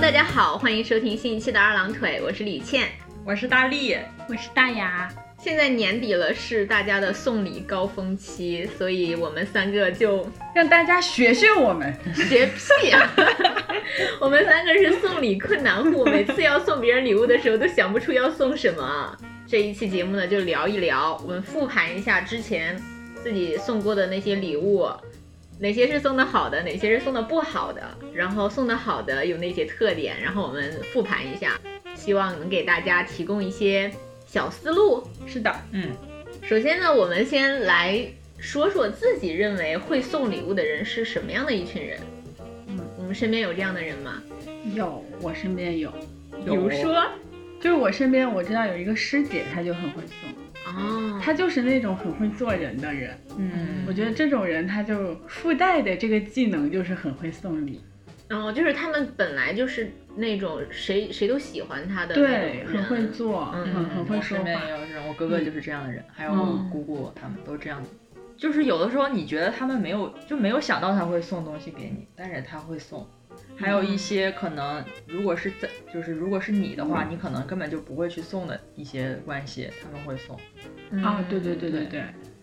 大家好，欢迎收听新一期的二郎腿，我是李倩。我是大力，我是大牙，现在年底了，是大家的送礼高峰期，所以我们三个就让大家学学我 们。学屁、啊！ 我们三个是送礼困难户，每次要送别人礼物的时候都想不出要送什么。这一期节目呢，就聊一聊，我们复盘一下之前自己送过的那些礼物，哪些是送的好的，哪些是送的不好的，然后送的好的有哪些特点，然后我们复盘一下，希望能给大家提供一些小思路。是的，嗯，首先呢，我们先来说说自己认为会送礼物的人是什么样的一群人。嗯，我们身边有这样的人吗？有，我身边有，比如说，就是我身边我知道有一个师姐，她就很会送，哦，她就是那种很会做人的人。嗯我觉得这种人，他就附带的这个技能就是很会送礼，然后就是他们本来就是那种谁谁都喜欢他的那对，种人很会做，嗯很很会我说身边也话，有这种，我哥哥就是这样的人，还有我嗯姑姑他们都这样的。就是有的时候你觉得他们没有就没有想到他会送东西给你，但是他会送。还有一些可能，如果是在就是如果是你的话，你可能根本就不会去送的一些关系，他们会送。嗯啊，对对对对对，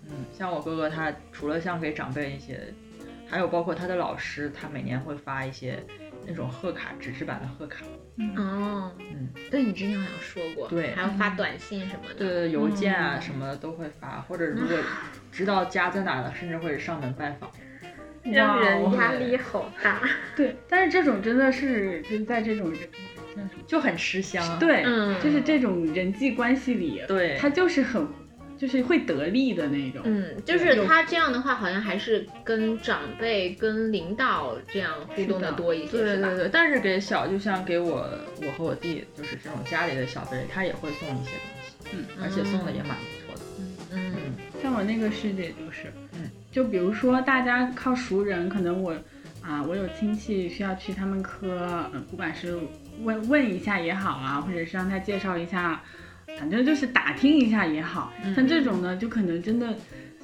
嗯，像我哥哥他除了像给长辈一些，还有包括他的老师，他每年会发一些那种贺卡，纸质版的贺卡。嗯，哦，嗯，对你之前好像说过，对还要发短信什么的，对邮件啊嗯什么的都会发，或者如果知道家在哪了，甚至会上门拜访。让人哇哦压力好大。对，但是这种真的是就是在这种人，就很吃香。对，嗯就是这种人际关系里，啊对，他就是很就是会得利的那种，嗯，就是他这样的话，好像还是跟长辈、跟领导这样互动的多一些，对是吧对？对，但是给小，就像给我我和我弟，就是这种家里的小辈，他也会送一些东西，嗯而且送的也蛮不错的。嗯嗯像我那个师姐就是，嗯，就比如说大家靠熟人，可能我啊，我有亲戚需要去他们科，嗯，不管是问问一下也好啊，或者是让他介绍一下，反正就是打听一下也好。嗯像这种呢，就可能真的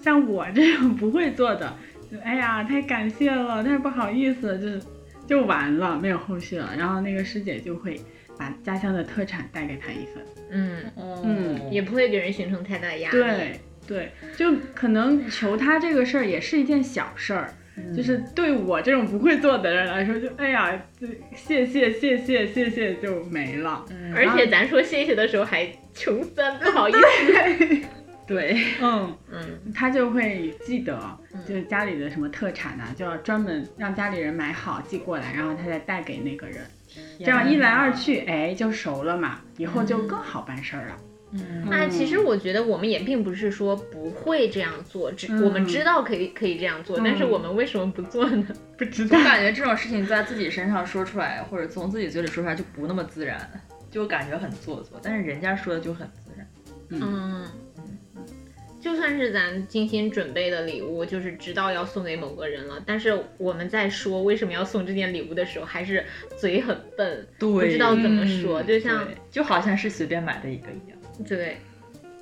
像我这种不会做的，就哎呀，太感谢了，太不好意思了，就就完了，没有后续了。然后那个师姐就会把家乡的特产带给他一份。嗯，嗯也不会给人形成太大压力。，对对，就可能求他这个事儿也是一件小事儿，嗯就是对我这种不会做的人来说，就哎呀，就谢谢谢谢谢谢就没了。嗯而且咱说谢谢的时候还穷酸，不好意思。对，嗯，嗯他就会记得嗯，就是家里的什么特产啊呐、就要专门让家里人买好寄过来，然后他再带给那个人。这样一来二，去，哎，就熟了嘛，以后就更好办事儿了。嗯那其实我觉得我们也并不是说不会这样做，只、嗯我们知道可以可以这样做，嗯但是我们为什么不做呢？ 不知我感觉这种事情在自己身上说出来，或者从自己嘴里说出来就不那么自然，就感觉很做作，但是人家说的就很自然。嗯，就算是咱精心准备的礼物，就是知道要送给某个人了，但是我们在说为什么要送这件礼物的时候，还是嘴很笨，对，不知道怎么说。嗯就像对就好像是随便买的一个一样。对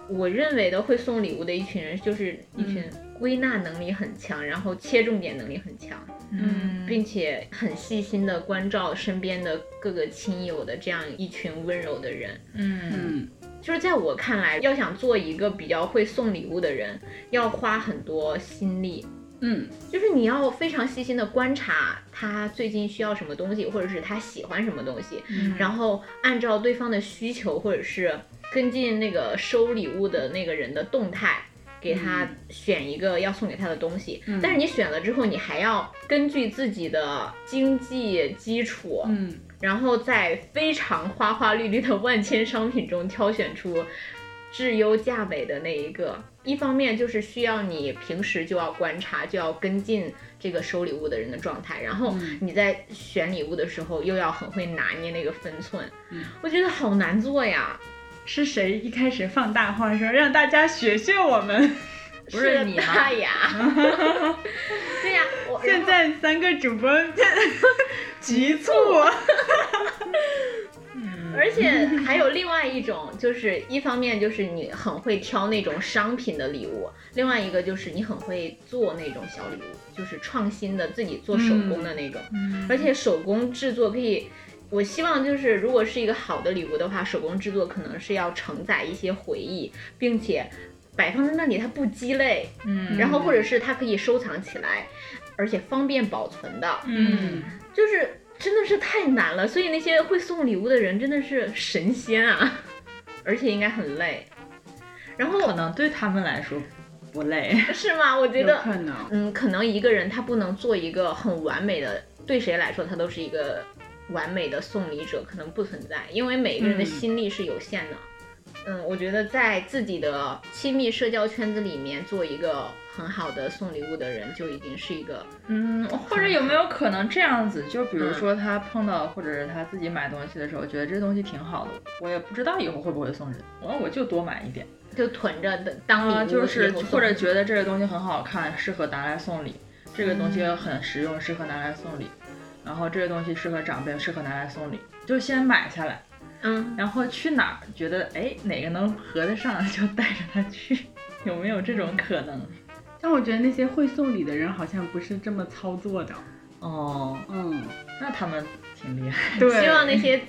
我认为的会送礼物的一群人，就是一群归纳能力很强，然后切重点能力很强，嗯并且很细心的关照身边的各个亲友的这样一群温柔的人。嗯嗯就是在我看来，要想做一个比较会送礼物的人，要花很多心力。嗯就是你要非常细心的观察他最近需要什么东西，或者是他喜欢什么东西，嗯然后按照对方的需求，或者是跟进那个收礼物的那个人的动态，给他选一个要送给他的东西。嗯但是你选了之后，你还要根据自己的经济基础，嗯然后在非常花花绿绿的万千商品中挑选出质优价美的那一个。一方面就是需要你平时就要观察，就要跟进这个收礼物的人的状态，然后嗯你在选礼物的时候又要很会拿捏那个分寸。嗯我觉得好难做呀。是谁一开始放大话说让大家学学我们？不是你吗大呀， 对呀，我现在三个主 播急促，而且还有另外一种，就是一方面就是你很会挑那种商品的礼物，另外一个就是你很会做那种小礼嗯物，就是创新的自己做手工的那种，而且手工制作可以我希望就是，如果是一个好的礼物的话，手工制作可能是要承载一些回忆，并且摆放在那里它不鸡肋，嗯然后或者是它可以收藏起来，而且方便保存的，嗯，就是真的是太难了。所以那些会送礼物的人真的是神仙啊，而且应该很累。然后可能对他们来说不累。是吗？我觉有得可能，嗯，可能一个人他不能做一个很完美的，对谁来说他都是一个完美的送礼者，可能不存在，因为每个人的嗯心力是有限的。嗯我觉得在自己的亲密社交圈子里面做一个很好的送礼物的人，就已经是一个嗯，或者有没有可能这样子？就比如说他碰到，或者是他自己买东西的时候，觉得这东西挺好的，我也不知道以后会不会送人，我我就多买一点。就囤着的当礼物、啊，就是以后送或者觉得这个东西很好看，适合拿来送礼；这个东西嗯很实用，适合拿来送礼。然后这个东西适合长辈，适合拿来送礼，就先买下来。嗯，然后去哪儿觉得哎哪个能合得上，就带着他去，有没有这种可能？但我觉得那些会送礼的人好像不是这么操作的，哦，嗯，那他们挺厉害。对，希望那些。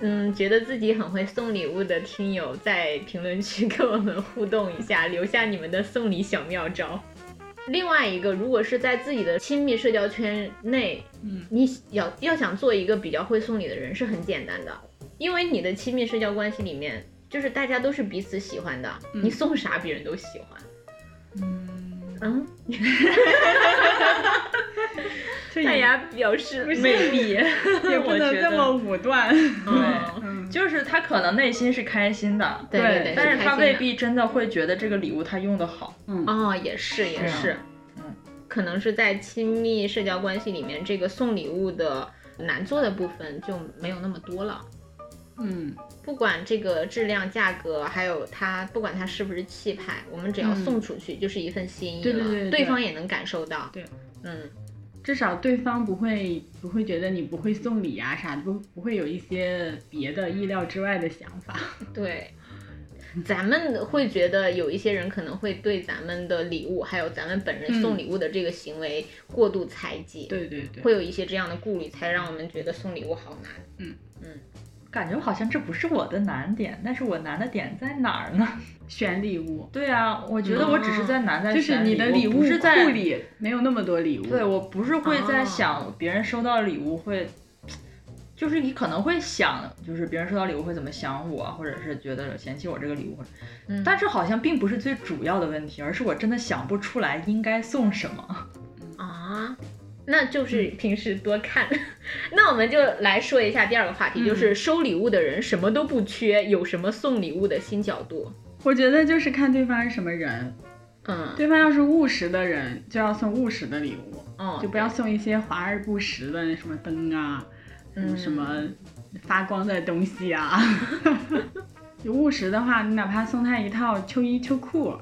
嗯，觉得自己很会送礼物的听友在评论区跟我们互动一下，留下你们的送礼小妙招。另外一个，如果是在自己的亲密社交圈内，嗯你要要想做一个比较会送礼的人是很简单的，因为你的亲密社交关系里面，就是大家都是彼此喜欢的，嗯你送啥别人都喜欢。嗯，嗯，这大也家表示不是美 丽。也不我能觉这得么武断，嗯，嗯，就是他可能内心是开心的，对对对，但是开他心的未必真的会觉得这个礼物他用的好。嗯哦，也是也是啊是，嗯，可能是在亲密社交关系里面，这个送礼物的难做的部分就没有那么多了。嗯，不管这个质量、价格，还有它，不管它是不是气派，我们只要嗯送出去，就是一份心意了，对对对对对方也能感受到。对，嗯，至少对方不会不会觉得你不会送礼啊啥的，不不会有一些别的意料之外的想法，对。咱们会觉得有一些人可能会对咱们的礼物，还有咱们本人嗯送礼物的这个行为过度猜忌，对对对，会有一些这样的顾虑，才让我们觉得送礼物好难。感觉好像这不是我的难点，但是我难的点在哪儿 呢？选礼物。对啊，我觉得我只是在难在嗯就是选你的礼礼我物不是库在里没有那么多礼物，对我不是会在哦想别人收到礼物会，啊就是你可能会想，就是别人收到礼物会怎么想我，或者是觉得嫌弃我这个礼物，嗯，但是好像并不是最主要的问题，而是我真的想不出来应该送什嗯么。啊，那就是平时多看。 那我们就来说一下第二个话题，就是收礼物的人什么都不缺，有什么送礼物的新角度。我觉得就是看对方是什么人，嗯，对方要是务实的人，就要送务实的礼物，哦，就不要送一些华而不实的什么灯啊，嗯什么发光的东西啊。 就务实的话，你哪怕送他一套秋衣秋裤，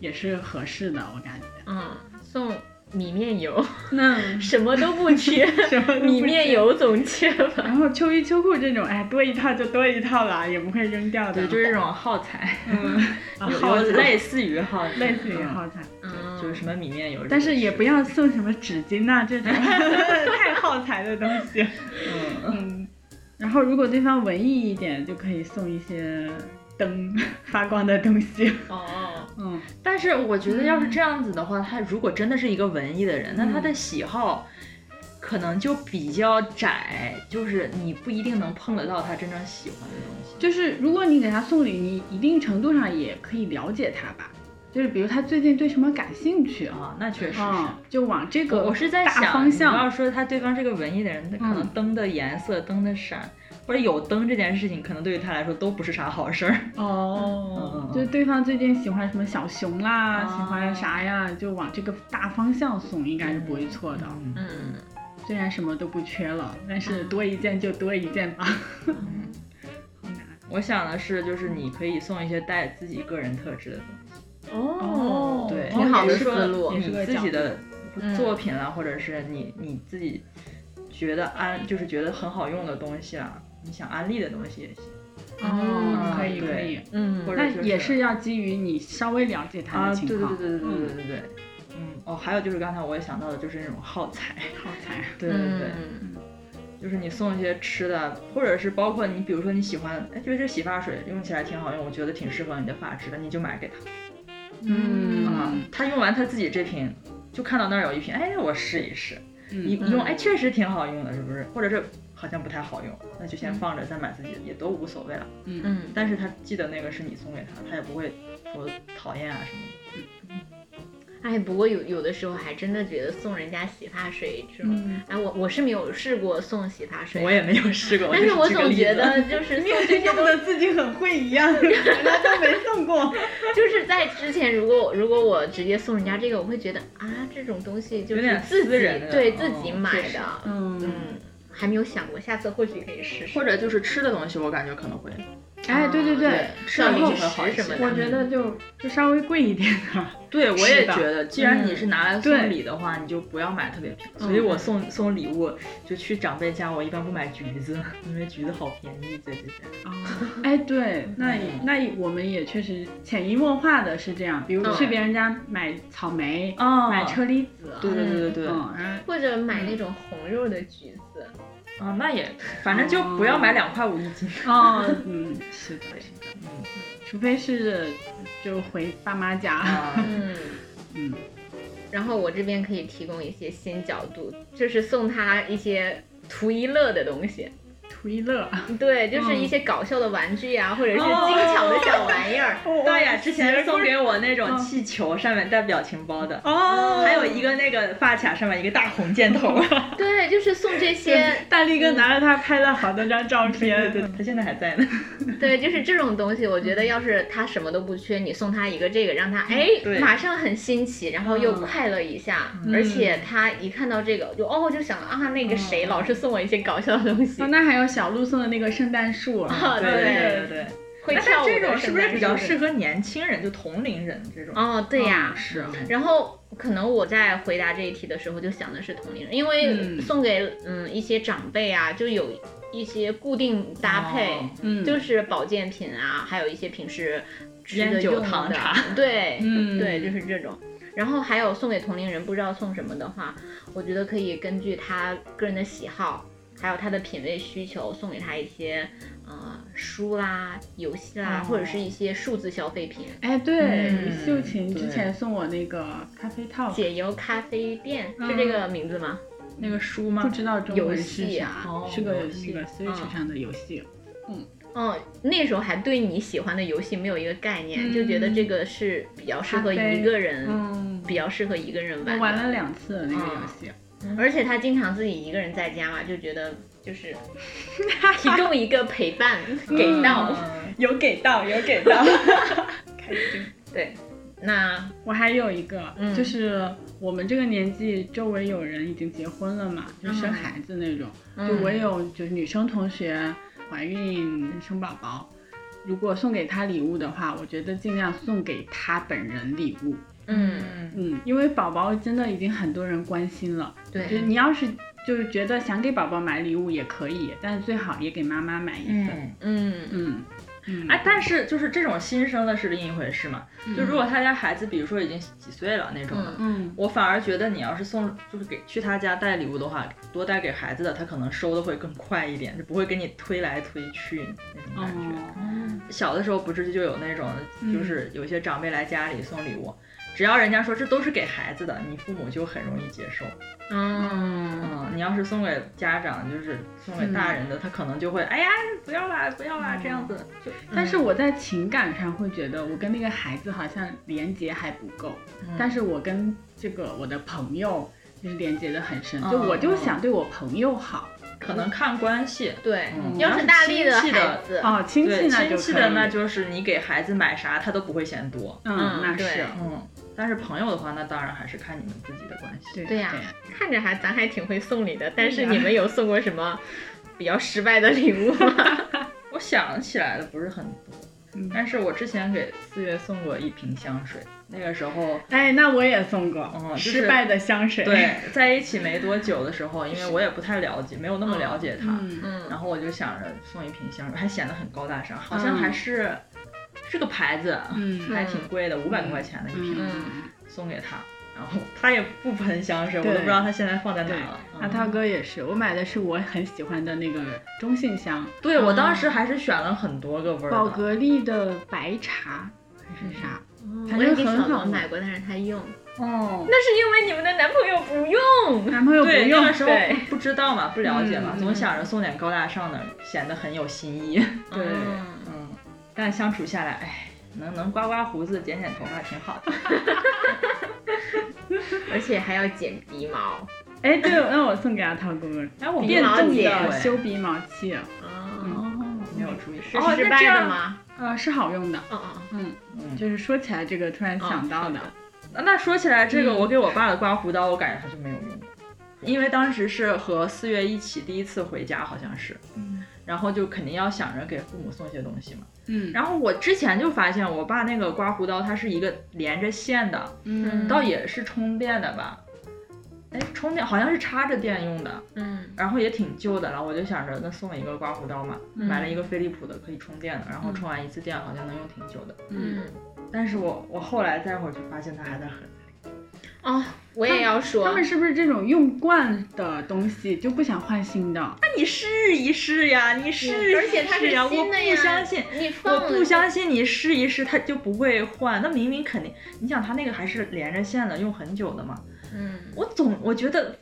也是合适的，我感觉。嗯，送米面油，那什么都不缺，什么米面油，油总缺吧。然后秋衣秋裤这种，哎，多一套就多一套了，也不会扔掉的。对，就是这种耗材， 嗯，啊有耗有材类似于耗材，类似于耗材。嗯，就是什么米面油，但是也不要送什么纸巾呐、这种 太耗材的东西。嗯，嗯，然后如果对方文艺一点，就可以送一些灯 发光的东西。哦，嗯，但是我觉得，要是这样子的话，他如果真的是一个文艺的人，那嗯他的喜好可能就比较窄，就是你不一定能碰得到他真正喜欢的东西。就是如果你给他送礼，你一定程度上也可以了解他吧。就是比如他最近对什么感兴趣啊，啊，那确实是。嗯，就往这我个我是在大想，方你向嗯要说他对方是个文艺的人，那可能灯的颜色、灯的闪，或者有灯这件事情，可能对于他来说都不是啥好事儿。哦嗯嗯嗯就是对方最近喜欢什么小熊啦，哦喜欢啥呀，就往这个大方向送，应该是不会错的。嗯嗯，虽然什么都不缺了，但是多一件就多一件吧。嗯，好难。我想的是，就是你可以送一些带自己个人特质的东西。哦，对，挺好比的如思说路你。自己的嗯作品啦，或者是你你自己觉得安，就是觉得很好用的东西啊，你想安利的东西也行， 哦，可以对可以，嗯或者那就是也是要基于你稍微了解他啊，的对情对对况，对对对对对对。嗯 嗯，哦，还有就是刚才我也想到的，就是那种耗材，好才对对对，嗯就是你送一些吃的，或者是包括你，比如说你喜欢，哎，觉得这洗发水用起来挺好用，我觉得挺适合你的发质的，你就买给他。啊嗯，他用完他自己这瓶，就看到那儿有一瓶，哎，我试一试，一嗯一用，哎，确实挺好用的，是不是？或者是好像不太好用，那就先放着，再买自己的也都无所谓了。嗯，嗯，但是他记得那个是你送给他，他也不会说讨厌啊什么的。哎，不过有有的时候还真的觉得送人家洗发水这种，嗯哎，我我是没有试过送洗发水，我也没有试过，但是就我举个总例觉子 得就是送这就些弄得自己很会一样，人家都没送过。就是在之前，如果如果我直接送人家这个，我会觉得啊，这种东西就有是点自己私人的对哦自己买确实的，嗯，嗯，还没有想过，下次或许可以试试。或者就是吃的东西，我感觉可能会哎，对对对，吃像的东零西会好食一些什么。我的，觉得就就稍微贵一点的。对，我也是的觉得，既然你是拿来对送礼的话，你就不要买特别便宜。所以我送送礼物，就去长辈家，我一般不买橘子， 因为橘子好便宜，在这边。哦， 哎，对，那也嗯那也我们也确实潜移默化的是这样，比如嗯去别人家买草莓、啊买车厘子，对对对对对，嗯，然后或者买那种红肉的橘子，嗯啊，那也，反正就不要买两块五一斤。 哦，嗯，是的，是的，嗯除非是就回爸妈家，啊，嗯。嗯，然后我这边可以提供一些新角度，就是送他一些图一乐的东西，嗯图一乐。对，就是嗯一些搞笑的玩具啊，或者是精哦巧的小玩意 哦儿。 大雅之前送给我那种气球，上面带表情包的，嗯哦，还有一个那个发卡上面一个大红箭 头。对，就是送这些大力哥拿着他拍了好多张照片，对，他现在还在呢。对，就是这种东西，我嗯觉得要是他什么都不缺，你送他一个这个，让他哎对马上很新奇，然后又嗯快乐一下，嗯而且他一看到这个就哦就想啊那个谁嗯老是送我一些搞笑的东西哦，，那还有小鹿送的那个圣诞树，嗯啊对对对对。会那跳它舞这的种是不是比较适嗯合？合年轻人，就同龄人这种？哦，对呀、是啊然后可能我在回答这一题的时候就想的是同龄人，因为嗯送给嗯一些长辈啊，就有一些固定搭配。哦嗯，就是保健品啊，还有一些平时吃的烟酒用的糖茶，对，嗯对，就是这种。然后还有送给同龄人，不知道送什么的话，我觉得可以根据他个人的喜好，还有他的品味需求，送给他一些呃书啦、游戏啦，哦或者是一些数字消费品，哎，对，嗯于秀琴对之前送我那个咖啡套，解忧咖啡店是嗯这个名字吗？那个书不吗？知道中文是啥，游戏啊是个哦那个 Switch 上的游戏。嗯，那时候还对你喜欢的游戏没有一个概念，嗯就觉得这个是比较适合咖啡一个人，嗯，比较适合一个人我玩。玩了两次那个游戏。而且他经常自己一个人在家嘛，就觉得就是 提供一个陪伴给到。嗯有给到，有 给到，开心。对，那我还有一个，嗯就是我们这个年纪，周围有人已经结婚了嘛，嗯就生孩子那种。嗯就我也有，就是女生同学怀孕生宝宝，如果送给她礼物的话，我觉得尽量送给她本人礼物。嗯，嗯，因为宝宝真的已经很多人关心了，就是嗯对，你要是就是觉得想给宝宝买礼物也可以，但是最好也给妈妈买一份。嗯，嗯嗯嗯，哎，但是就是这种新生的是另一回事嘛。就如果他家孩子，比如说已经几岁了那种的，嗯嗯我反而觉得你要是送，就是给去他家带礼物的话，多带给孩子的，他可能收的会更快一点，就不会给你推来推去那种感觉。哦，嗯小的时候不是就有那种，嗯就是有些长辈来家里送礼物，只要人家说这都是给孩子的，你父母就很容易接受。嗯，嗯，你要是送给家长，就是送给大人的，他可能就会，哎呀，不要啦，不要啦，这样子就，嗯但是我在情感上会觉得我跟那个孩子好像连接还不够，但是是我跟这个我的朋友就是连接的很深，哦就我就想对我朋友好。可能看关系。对嗯，要是大力的亲戚的孩子，哦，亲戚对那就亲戚可的以那就是你给孩子买啥，他都不会嫌多。嗯嗯，那对是嗯，但是朋友的话，那当然还是看你们自己的关系。对呀呀，看着还咱还挺会送礼的，但是你们有送过什么比较失败的礼物吗？我想起来的不是很多，嗯但是我之前给四月送过一瓶香水，那个时候。哎，那我也送过嗯就是失败的香水。，对，在一起没多久的时候，因为我也不太了解，没有那么了解他， 嗯，嗯然后我就想着送一瓶香水，还显得很高大上，好像还是、是个牌子，嗯还挺贵的，五百多块钱的一瓶，嗯送给他。然后他也不喷香水，我都对不知道他现在放在哪对了。嗯阿涛哥也是，我买的是我很喜欢的那个中性香，对我嗯当时还是选了很多个味儿的。宝格丽的白茶还是啥？嗯哦反我也正给小很好龙用买过，但是他用，哦，那是因为你们的男朋友不用。男朋友不对，那用个时候对不知道嘛，不了解嘛，嗯总想着送点高大上的，显得很有新意。 对嗯嗯，但相处下来，哎，能能刮刮胡子、剪剪头发挺好的。而且还要剪鼻毛。哎，对，那我送给阿涛哥哥哎，我鼻电毛动剪的修鼻毛器，啊哦，哦，没有注意。是哦，失那这败的样？吗？呃，是好用的。嗯嗯嗯，嗯，就是说起来这个突然想到的，哦那那说起来这个，嗯我给我爸的刮胡刀，我感觉他就没有用过，因为当时是和四月一起第一次回家，好像是，嗯，然后就肯定要想着给父母送些东西嘛。嗯然后我之前就发现，我爸那个刮胡刀它是一个连着线的，嗯，倒也是充电的吧？哎，充电好像是插着电用的，嗯然后也挺旧的了。我就想着那送一个刮胡刀嘛，嗯买了一个飞利浦的可以充电的，然后充完一次电好像能用挺久的。嗯，但是我我后来再会儿就发现它还在很。哦，我也要说，他们是不是这种用惯的东西就不想换新的？那你试一试呀，你试一试呀，而且它是我新的呀，不相信。你放我了不相信你试一试，它就不会换。那明明肯定，你想它那个还是连着线的，用很久的嘛。嗯，我总我觉得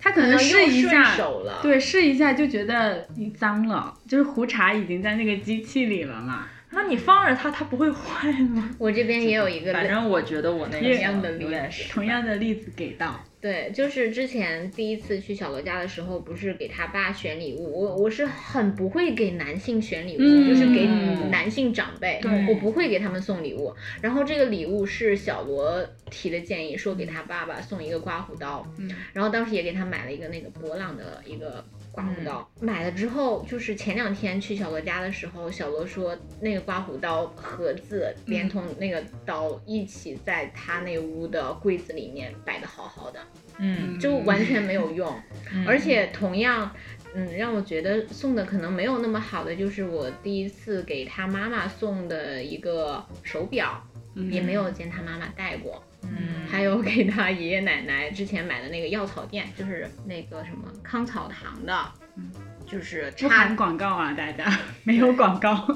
他可可能能试用一顺下，手了，对，试一下就觉得你脏了，就是胡茬已经在那个机器里了嘛。那你放着它，它不会坏吗？我这边也有一个反类，正我觉得我那个也有点是同样的例子给到，对，就是之前第一次去小罗家的时候，不是给他爸选礼物，我我是很不会给男性选礼物，嗯就是给男性长辈，对我不会给他们送礼物。然后这个礼物是小罗提的建议，说给他爸爸送一个刮胡刀，嗯然后当时也给他买了一个那个博朗的一个刮胡刀。嗯买了之后，就是前两天去小罗家的时候，小罗说那个刮胡刀盒子嗯连同那个刀一起在他那屋的柜子里面摆的好好的，嗯，就完全没有用。嗯而且同样，嗯，让我觉得送的可能没有那么好的，就是我第一次给他妈妈送的一个手表，嗯也没有见他妈妈戴过。嗯还有给他爷爷奶奶之前买的那个药草店，就是那个什么康草堂的，嗯就是不插含广告啊，大家 没有广告。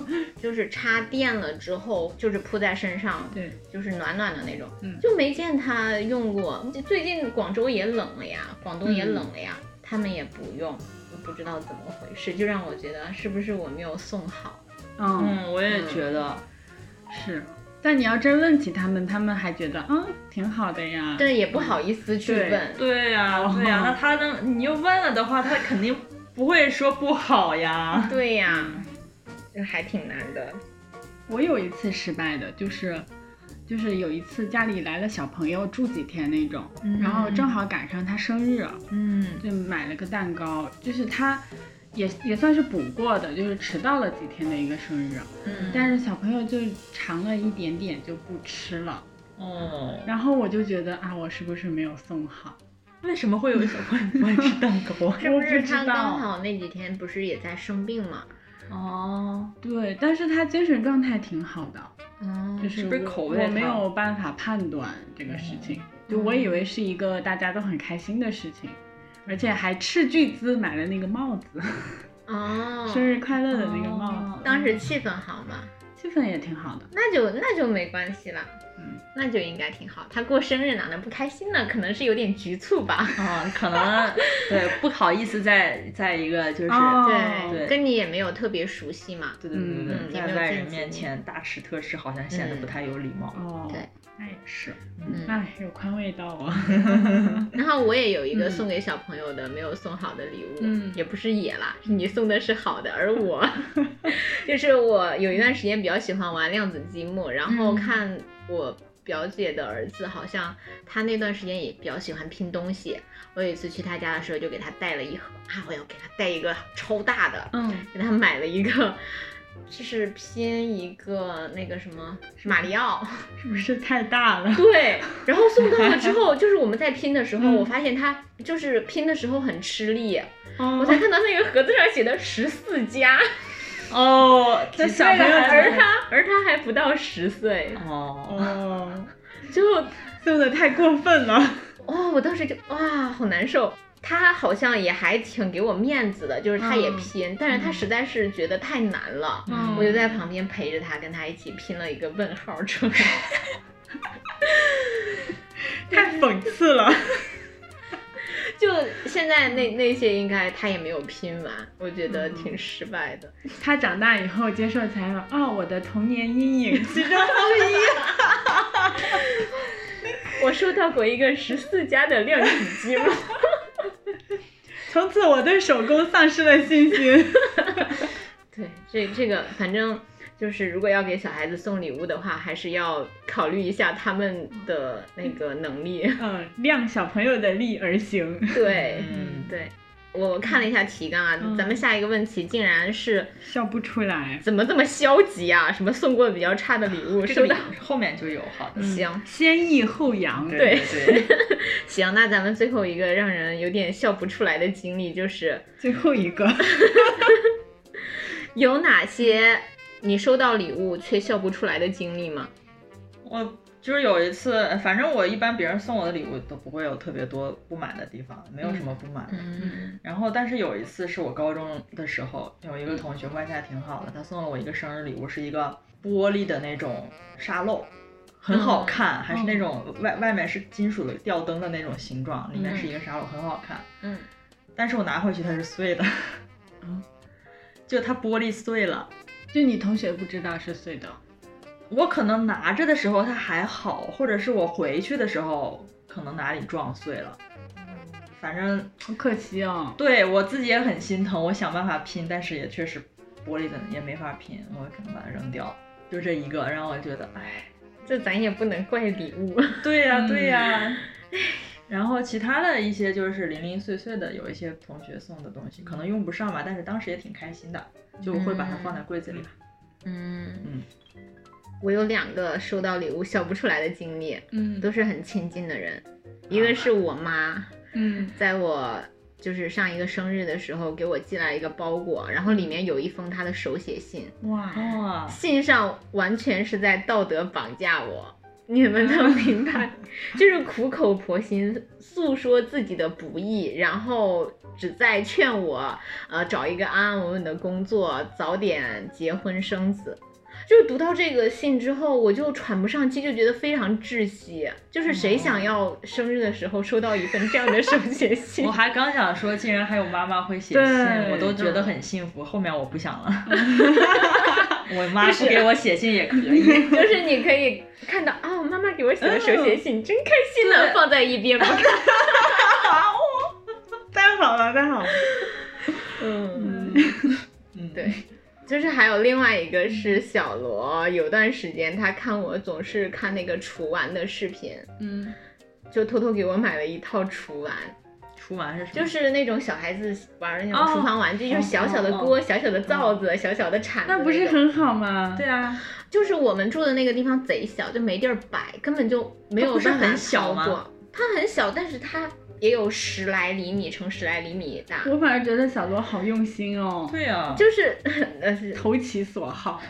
就是插电了之后，就是铺在身上，对，就是暖暖的那种，嗯就没见他用过。就最近广州也冷了呀，广东也嗯冷了呀，他们也不用，我不知道怎么回事，就让我觉得是不是我没有送好。嗯，嗯，我也觉得，是。但你要真问起他们，他们还觉得嗯挺好的呀。对，也不好意思去对问，对呀、对呀、哦那他能你又问了的话，他肯定不会说不好呀。对呀，嗯这还挺难的。我有一次失败的，就是就是有一次家里来了小朋友住几天那种，嗯然后正好赶上他生日，嗯就买了个蛋糕，就是他也也算是补过的，就是迟到了几天的一个生日，嗯但是小朋友就尝了一点点就不吃了，哦，然后我就觉得啊，我是不是没有送好？为什么会有小朋友不爱吃蛋糕啊？是不我是不知他道刚好那几天不是也在生病嘛？ 哦，对，但是他精神状态挺好的，嗯就是是不是我口味我没烫有办法判断这个事情，就我以为是一个大家都很开心的事情，而且还斥巨资买了那个帽子，哦，生日快乐的那个帽哦子，当时气氛好嘛，气氛也挺好的。那就那就没关系啦，嗯，那就应该挺好。他过生日哪能不开心呢？可能是有点局促吧。嗯，可能对不好意思再再一个就是。哦对，对跟你也没有特别熟悉嘛。对对对对嗯对，也没在有外见人识面前大吃特吃，好像显得嗯不太有礼貌。哦，对，那也是，嗯，哎，有宽慰到我。然后我也有一个嗯送给小朋友的没有送好的礼物，嗯也不是野啦，是你送的是好的，而我 就是我有一段时间比较喜欢玩量子积木，然后嗯看我表姐的儿子好像他那段时间也比较喜欢拼东西，我有一次去他家的时候就给他带了一盒啊，我要给他带一个超大的，嗯，给他买了一个，就是拼一个那个什么马里奥， 是不是太大了？对，然后送到了之后，就是我们在拼的时候，嗯我发现他就是拼的时候很吃力，哦我才看到那个盒子上写的十四加，哦，那小朋友而他而他还不到十岁，哦，哦，就送的太过分了。哦，我当时就哇，好难受。他好像也还挺给我面子的，就是他也拼，但是他实在是觉得太难了，嗯我就在旁边陪着他，跟他一起拼了一个问号出来。太讽刺了。就现在那那些应该他也没有拼完，我觉得挺失败的。他长大以后接受采访，哦，我的童年阴影其中之一。我收到过一个十四加的量体积木，从此我对手工丧失了信心。 对，这这个反正就是，如果要给小孩子送礼物的话，还是要考虑一下他们的那个能力。嗯，量小朋友的力而行。 对嗯对，我看了一下提纲啊，嗯咱们下一个问题竟然是笑不出来。怎么这么消极啊？什么送过比较差的礼物，嗯收这个到？后面就有好的。行先抑后扬。对对对，行，那咱们最后一个让人有点笑不出来的经历就是，最后一个， 有哪些你收到礼物却笑不出来的经历吗？我就是有一次，反正我一般别人送我的礼物都不会有特别多不满的地方，没有什么不满的。嗯然后，但是有一次是我高中的时候，有一个同学关系还挺好的，他送了我一个生日礼物，是一个玻璃的那种沙漏，很好看，还是那种外外面是金属的吊灯的那种形状，里面是一个沙漏，很好看。嗯，但是我拿回去它是碎的， 就它玻璃碎了。就你同学不知道是碎的。我可能拿着的时候它还好，或者是我回去的时候可能哪里撞碎了，反正好可惜哦，对我自己也很心疼，我想办法拼，但是也确实玻璃的也没法拼，我可能把它扔掉，就这一个让我觉得，哎，这咱也不能怪礼物。对呀、对呀、然后其他的一些就是零零碎碎的，有一些同学送的东西，可能用不上吧，但是当时也挺开心的，就会把它放在柜子里。嗯嗯我有两个收到礼物笑不出来的经历，嗯都是很亲近的人，一个是我妈，嗯在我就是上一个生日的时候给我寄来一个包裹，然后里面有一封她的手写信，哇，哦哇、信上完全是在道德绑架我。你们能明嗯白，就是苦口婆心诉说自己的不易，然后旨在劝我，呃，找一个安安稳稳的工作，早点结婚生子。就是读到这个信之后，我就喘不上气，就觉得非常窒息。就是谁想要生日的时候收到一份这样的手写 信 我？还刚想说，竟然还有妈妈会写信，对嗯我都觉得很幸福。后面我不想 了，我妈不给我写信也可以。 就是你可以看到啊，我妈妈给我写的手写信，真开心呢，嗯对放在一边不看。 太好了，太好了。嗯。嗯，对，就是还有另外一个是小罗，有段时间他看我总是看那个厨玩的视频，嗯就偷偷给我买了一套厨玩，出完是什么？就是那种小孩子玩的那哦种厨房玩具，就是小小哦的锅、小嗯小的灶子、小小的铲子种。那不是很好吗？对啊，就是我们住的那个地方贼小，就没地儿摆，根本就没有它不是办法很小吗操作？它很小，但是它也有十来厘米乘十来厘米大，我反而觉得小罗好用心哦，对呀、就是 呃是投其所好。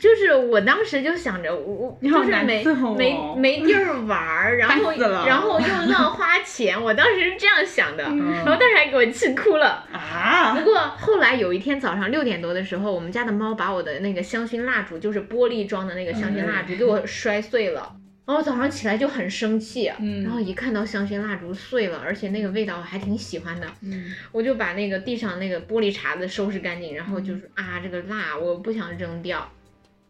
就是我当时就想着，我我你好就是难没伺候哦没没地儿玩儿，然后烦死了然后又乱花钱，我当时是这样想的，嗯然后当时还给我气哭了。啊不，过后来有一天早上六点多的时候，我们家的猫把我的那个香薰蜡烛，就是玻璃装的那个香薰蜡嗯烛，给我摔碎了。然后早上起来就很生气，嗯然后一看到香薰蜡烛碎了，而且那个味道我还挺喜欢的，嗯，我就把那个地上那个玻璃碴子收拾干净，然后嗯就是啊，这个蜡我不想扔掉。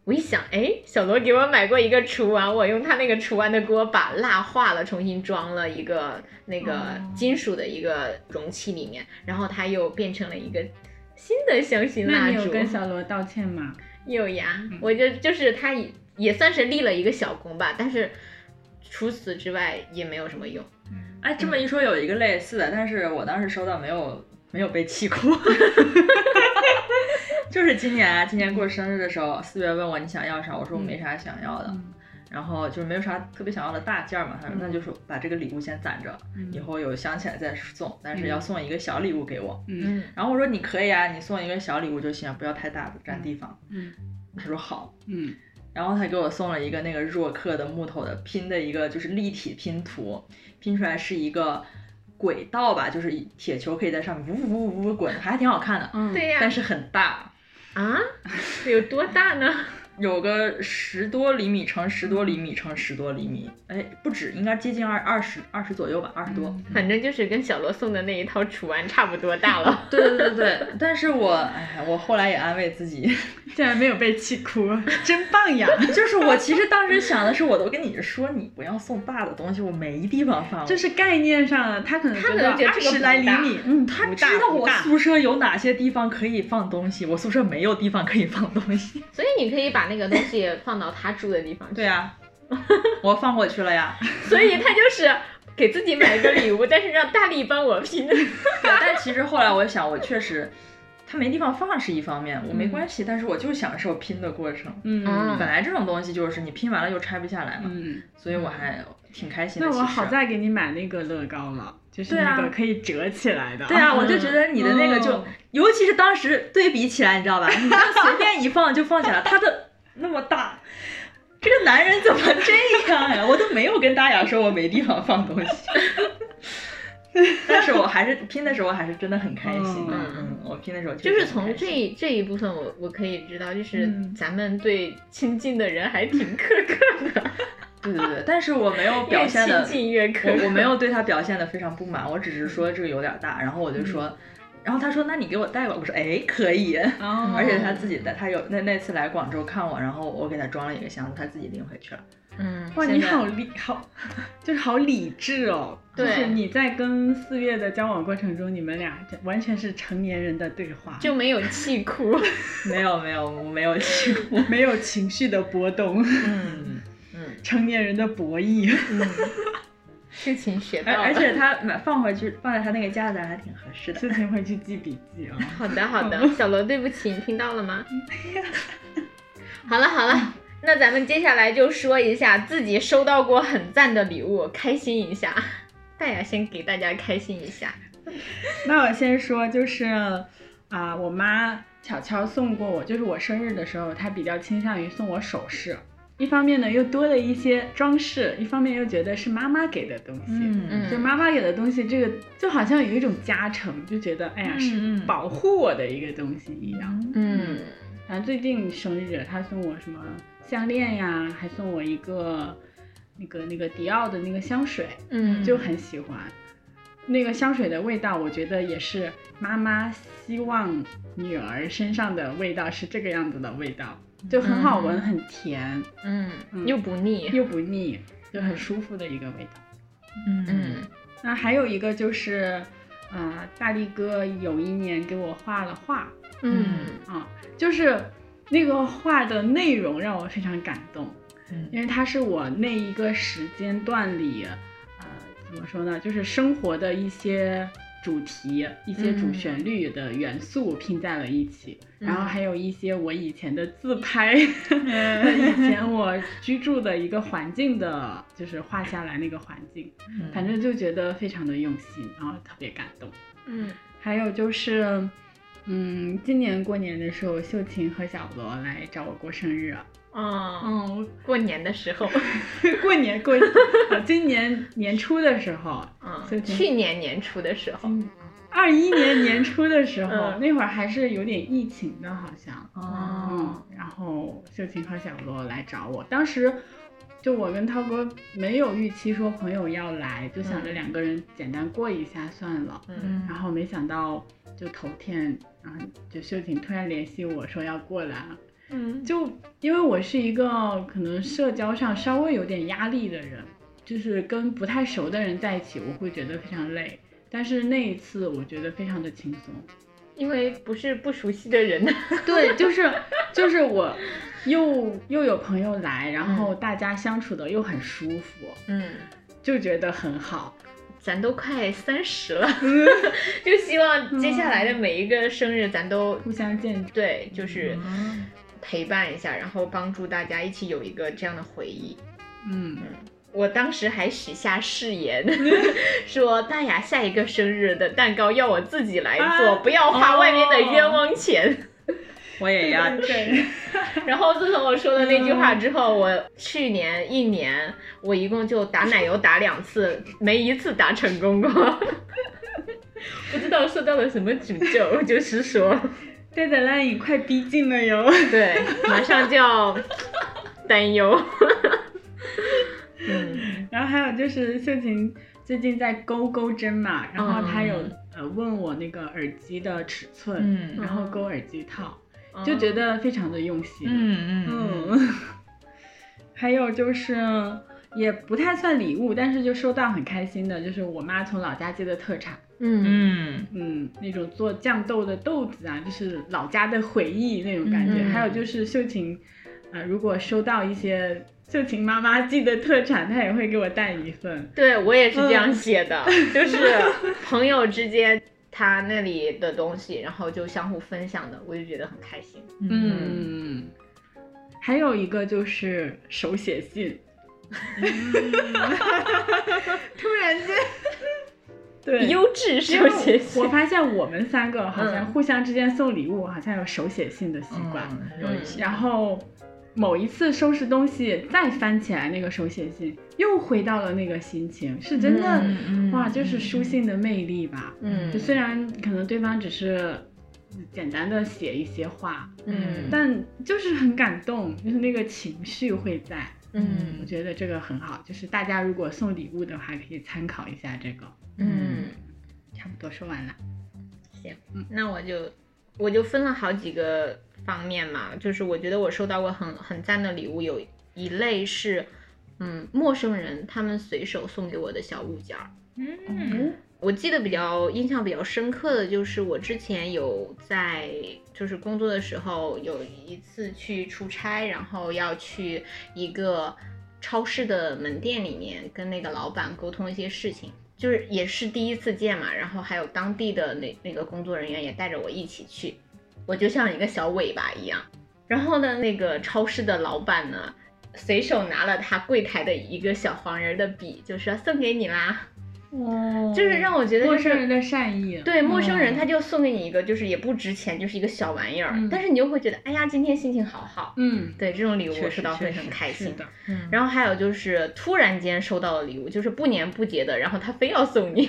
我一想，哎，小罗给我买过一个厨丸，我用他那个厨丸的锅把蜡化了，重新装了一个那个哦金属的一个容器里面，然后它又变成了一个新的香薰那蜡你有烛。跟小嗯罗道歉吗？有呀，我就就是他也也算是立了一个小功吧，但是除此之外也没有什么用。哎，这么一说有一个类似的，但是我当时收到没有没有被 气哭，就是今年啊，今年过生日的时候，四月问我你想要啥，我说我没啥想要的，嗯然后就是没有啥特别想要的大件儿嘛，他说嗯那就是把这个礼物先攒着，以后有想起来再送，但是嗯要送一个小礼物给我。嗯嗯然后我说你啊可以啊，你送一个小礼物就行，不要太大的占地方。嗯他说好，嗯然后他给我送了一个那个若克的木头的拼的一个就是立体拼图，拼出来是一个轨道吧，就是铁球可以在上面呜呜呜呜滚，还挺好看的，嗯，对呀、但是很大，啊，有多大呢？ 有个十多厘米乘十多厘米乘十多厘米，哎，不止，应该接近二二十二十左右吧，二十多。反正就是跟小罗送的那一套楚安差不多大了。对对对对对，但是我哎，我后来也安慰自己，竟然没有被气哭，真棒呀！ 就是我其实当时想的是，我都跟你说你不要送大的东西，我没地方放了。就是概念上的，他可能他可能觉觉得这个二十不来厘大米，嗯，他他知道我宿舍有哪些地方可以放东西，我宿舍没有地方可以放东西。所以你可以把那个东西放到他住的地方去。对啊，我放过去了呀。所以他就是给自己买一个礼物，但是让大力帮我拼。 对，啊但其实后来我想，我确实，他没地方放是一方面，我没关系，但是我就享受拼的过程。嗯嗯本来这种东西就是你拼完了又拆不下来嘛，嗯，所以我还挺开心的。那我其实好在给你买那个乐高了，就是对啊那个可以折起来的。对啊，我就觉得你的那个就，哦尤其是当时对比起来，你知 道吧？你就随便一放就放起来，他的 那么大，这个男人怎么这样呀、我都没有跟大雅说我没地方放东西，但是我还是拼的时候还是真的很开心的。嗯嗯，我拼的时候确 就是实很从开心这这一部分我，我可以知道，就是嗯咱们对亲近的人还挺苛刻的， 对对对，但是我没有表越现亲的，近越苛刻。我我没有对他表现的非常不满，我只是说这个有点大，然后我就说，然后他说那你给我带吧，我说哎可以。哦而且他自己带，他有那那次来广州看我，然后我给他装了一个箱子，他自己拎回去了。嗯，哇，现你在好理好，就是好理智哦。对就是你在跟四月的交往过程中，你们俩这完全是成年人的对话，就没有气哭。没有没有，我没有去 过。没有情绪的波动， 嗯嗯成年人的博弈。 嗯，事情学到而了。而且他买放回去，放在他那个架子上还挺合适的。事情会去记笔记啊、好的好的，小罗，对不起，你听到了 吗？好了好了，那咱们接下来就说一下自己收到过很赞的礼物，开心一下。大雅先给大家开心一下，那我先说，就是啊、我妈巧巧送过我，就是我生日的时候，她比较倾向于送我首饰。一方面呢，又多了一些装饰；一方面又觉得是妈妈给的东西。嗯就妈妈给的东西，这个就好像有一种加成，就觉得哎呀是嗯嗯保护我的一个东西一样。嗯反正最近生日，他送我什么项链呀，还送我一个那个那个迪奥的那个香水，嗯就很喜欢。那个香水的味道，我觉得也是妈妈希望女儿身上的味道是这个样子的味道，就很好闻，嗯很甜，嗯，又不腻，又不腻，就很舒服的一个味道。嗯嗯那还有一个就是，呃，大力哥有一年给我画了画，嗯啊，就是那个画的内容让我非常感动，嗯因为它是我那一个时间段里，呃，怎么说呢，就是生活的一些主题、一些主嗯旋律的元素拼在了一起，嗯然后还有一些我以前的自拍，嗯 以前我居住的一个环境的，就是画下来那个环境，嗯反正就觉得非常的用心，然后特别感动。嗯还有就是，嗯，今年过年的时候，秀琴和小罗来找我过生日。啊哦，嗯，过年的时候， 过年过，啊今年年初的时候， 就嗯，挺去年年初的时候，二一年年初的时候，嗯那会儿还是有点疫情的，好像。哦嗯，然后秀琴和小罗来找我，当时。就我跟涛哥没有预期说朋友要来，就想着嗯两个人简单过一下算了。嗯然后没想到就头天，然后就秀琴突然联系我说要过来，嗯就因为我是一个可能社交上稍微有点压力的人，就是跟不太熟的人在一起，我会觉得非常累。但是那一次我觉得非常的轻松， 因为不是不熟悉的人，对，就是就是我又又有朋友来，然后大家相处的又很舒服，嗯。就觉得很好。咱都快三十了，就希望接下来的每一个生日，咱都互相见证，对，就是陪伴一下，然后帮助大家一起有一个这样的回忆。嗯，我当时还许下誓言，说大雅下一个生日的蛋糕要我自己来做，啊不要花外面的冤枉钱。我也要 对对，然后自从我说的那句话之后，我去年一年我一共就打奶油打两次，没一次打成功过。 不知道受到了什么诅咒，就是说，对的烂已快逼近了哟。 对，马上就要担忧。 嗯，然后还有就是秀琴最近在勾钩针嘛，然嗯后她有、呃问我那个耳机的尺寸，嗯然后勾耳机套，就觉得非常的用心。嗯嗯嗯，嗯， 还有就是也不太算礼物，但是就收到很开心的，就是我妈从老家寄的特产，嗯，嗯嗯，那种做酱豆的豆子啊，就是老家的回忆那种感觉。嗯还有就是秀琴，呃，如果收到一些秀琴妈妈寄的特产，她也会给我带一份。对我也是这样写的， 就是朋友之间他那里的东西，然后就相互分享的，我就觉得很开 心。嗯，嗯，还有一个就是手写信，突然间，对， 优质因手为写信我，发现我们三个好像嗯互相之间送礼物，好像有手写信的习惯。嗯有一些然后某一次收拾东西，再翻起来那个手写信，又回到了那个心情，是真的、嗯哇，就是书信的魅力吧。嗯就虽然可能对方只是简单的写一些话，嗯但就是很感动，就是那个情绪会在。嗯我觉得这个很好，就是大家如果送礼物的话，可以参考一下这个。嗯，差不多说完了，那我就我就分了好几个方面嘛，就是我觉得我收到过很很赞的礼物，有一类是嗯陌生人他们随手送给我的小物件儿。嗯我记得比较印象比较深刻的就是我之前有在就是工作的时候有一次去出差，然后要去一个超市的门店里面跟那个老板沟通一些事情，就是也是第一次见嘛，然后还有当地的那那个工作人员也带着我一起去，我就像一个小尾巴一样。然后呢，那个超市的老板呢，随手拿了他柜台的一个小黄人儿的笔，就说送给你啦。哦就是让我觉得、就陌是、生人的善意，对陌生人，嗯他就送给你一个，就是也不值钱，就是一个小玩意儿，嗯但是你就会觉得，哎呀，今天心情好好。嗯，对这种礼物确我实收到会确很实开是心。的，嗯，然后还有就是突然间收到的礼物，就是不年不节的，然后他非要送你，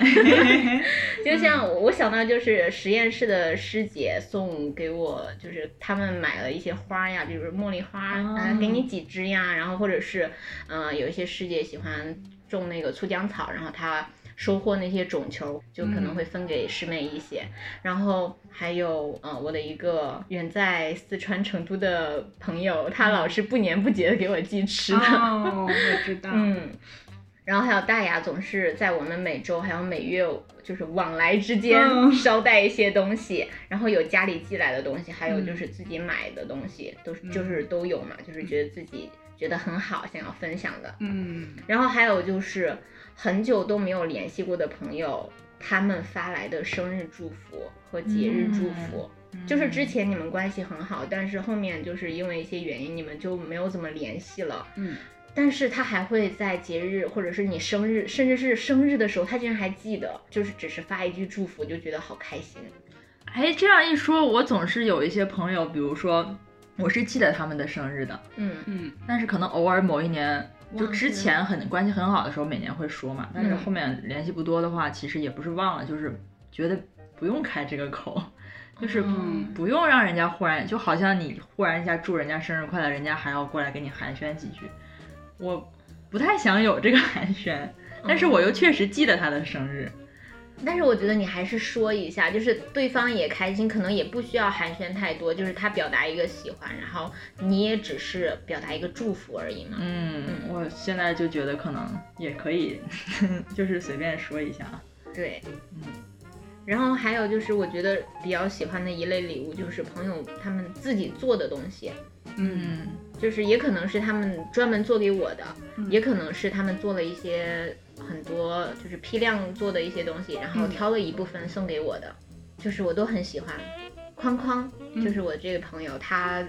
就像嗯我我想到就是实验室的师姐送给我，就是他们买了一些花呀，比如茉莉花，哦啊，给你几枝呀，然后或者是，嗯、有一些师姐喜欢种那个醋浆草，然后她收获那些种球，就可能嗯会分给师妹一些。然后还有，嗯、我的一个远在四川成都的朋友，他老是不年不节的给我寄吃的。嗯 哦，我知道，嗯，然后还有大牙总是在我们每周还有每月就是往来之间嗯捎带一些东西，然后有家里寄来的东西，还有就是自己买的东西，都是就是都有嘛，就是觉得自己觉得很好，想要分享的。嗯，然后还有就是很久都没有联系过的朋友，他们发来的生日祝福和节日祝福。嗯就是之前你们关系很好，但是后面就是因为一些原因，你们就没有怎么联系了。嗯，但是他还会在节日或者是你生日，甚至是生日的时候，他竟然还记得，就是只是发一句祝福，就觉得好开心。哎，这样一说，我总是有一些朋友，比如说我是记得他们的生日的，嗯嗯，但是可能偶尔某一年，就忘记之前很关系很好的时候，每年会说嘛，但是嗯后面联系不多的话，其实也不是忘了，就是觉得不用开这个口，就是嗯不用让人家忽然，就好像你忽然一下祝人家生日快乐，人家还要过来给你寒暄几句，我不太想有这个寒暄，但嗯是我又确实记得他的生日，但是我觉得你还是说一下，就是对方也开心，可能也不需要寒暄太多，就是他表达一个喜欢，然后你也只是表达一个祝福而已嘛。嗯，我现在就觉得可能也可以， 就是随便说一下啊，对，嗯然后还有就是，我觉得比较喜欢的一类礼物就是朋友他们自己做的东西，嗯，就是也可能是他们专门做给我的，嗯也可能是他们做了一些很多就是批量做的一些东西，然后嗯挑了一部分送给我的，就是我都很喜欢。框框嗯就是我这个朋友，他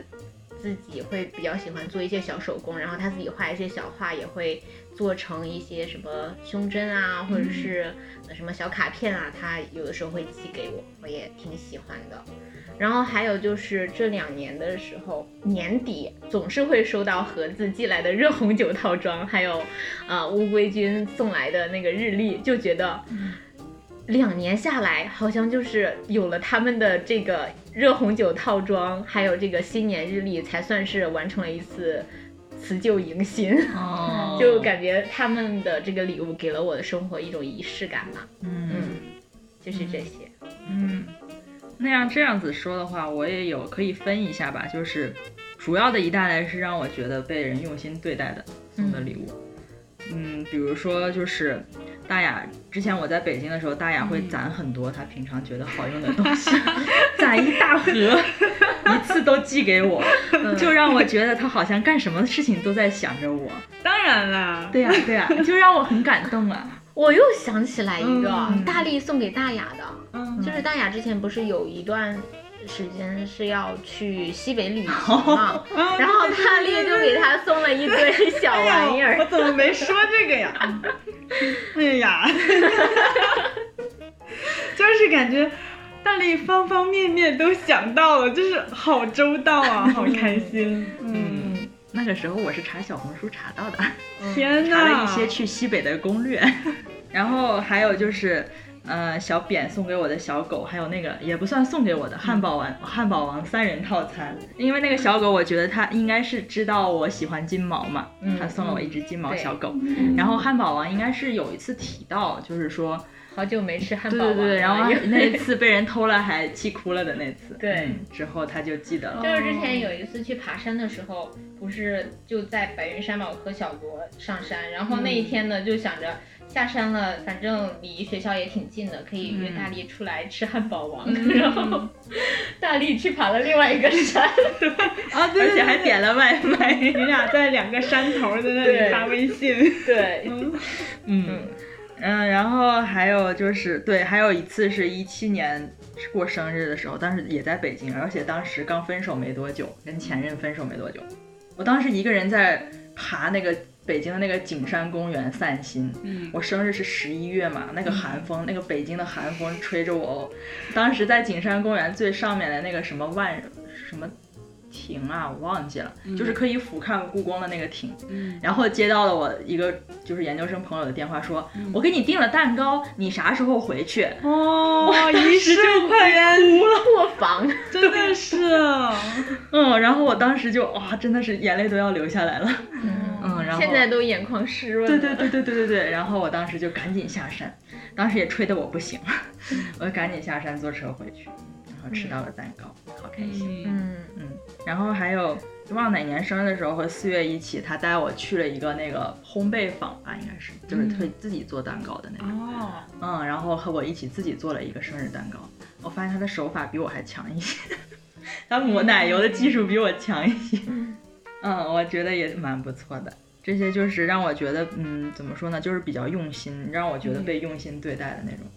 自己会比较喜欢做一些小手工，然后他自己画一些小画，也会做成一些什么胸针啊，或者嗯是呃什么小卡片啊，他有的时候会寄给我，我也挺喜欢的。然后还有就是这两年的时候，年底总是会收到盒子寄来的热红酒套装，还有，呃乌龟君送来的那个日历，就觉得嗯两年下来，好像就是有了他们的这个热红酒套装，还有这个新年日历，才算是完成了一次辞旧迎新。哦就感觉他们的这个礼物给了我的生活一种仪式感吧，嗯嗯，就是这些。嗯，那样这样子说的话，我也有可以分一下吧，就是主要的一大类是让我觉得被人用心对待的送的礼物。嗯，比如说就是大雅，之前我在北京的时候，大雅会攒很多她平常觉得好用的东西， 攒一大盒，一次都寄给 我，就让我觉得她好像干什么事情都在想着我。当然哎啦，对呀、对呀、 就让我很感动啊。我又想起来一个、嗯大力送给大雅的，嗯就是大雅之前不是有一段时间是要去西北 旅行嘛，嗯啊然后大力就给他送了一堆小玩意哎呀我儿。怎么没说这个呀？ 哎呀， 就是感觉大力方方面面都想到了，就是好周到啊，好开心。嗯，嗯，那个时候我是查小红书查到的。天 查了哪，一些去西北的攻略， 然后还有就是，呃，小扁送给我的小狗，还有那个也不算送给我的汉堡王、汉堡王三人套餐，因为那个小狗我觉得它应该是知道我喜欢金毛嘛，嗯它送了我一只金毛小狗，嗯然后汉堡王应该是有一次提到，就是说，好久没吃汉对堡王对了，对，然后因为那一次被人偷了还气哭了的那次，对嗯之后他就记得了， 就是之前有一次去爬山的时候，不是就在白云山嘛，我和小罗上山，然后那嗯一天呢就想着下山了，反正离学校也挺近的，可以约嗯大力出来吃汉堡王，嗯 然后大力去爬了另外一个山， 啊，对而且还点了外卖， 你俩在两个山头在那对里发微信，对，嗯。嗯，然后还有就是对，还有一次是一七年过生日的时候，当时也在北京，而且当时刚分手没多久，跟前任分手没多久，我当时一个人在爬那个北京的那个景山公园散心。嗯，我生日是十一月嘛，那个寒风，那个北京的寒风吹着我哦，当时在景山公园最上面的那个什么万什么亭啊，我忘记了，就是可以俯瞰故宫的那个亭。嗯然后接到了我一个就是研究生朋友的电话说，我给你订了蛋糕，你啥时候回去？哦，一瞬间破防，真的是，啊嗯，然后我当时就哇，真的是眼泪都要流下来了。嗯，然后现在都眼眶湿润，对对，对对对对对，然后我当时就赶紧下山，当时也吹得我不行， 我就赶紧下山坐车回去，然后吃到了蛋糕，好开心。嗯嗯嗯，然后还有忘了哪年生日的时候和四月一起，他带我去了一个那个烘焙坊吧，应该是就是会自己做蛋糕的那个。哦，嗯，然后和我一起自己做了一个生日蛋糕。我发现他的手法比我还强一些，他抹奶油的技术比我强一些。 嗯，我觉得也蛮不错的。这些就是让我觉得，嗯，怎么说呢，就是比较用心，让我觉得被用心对待的那种。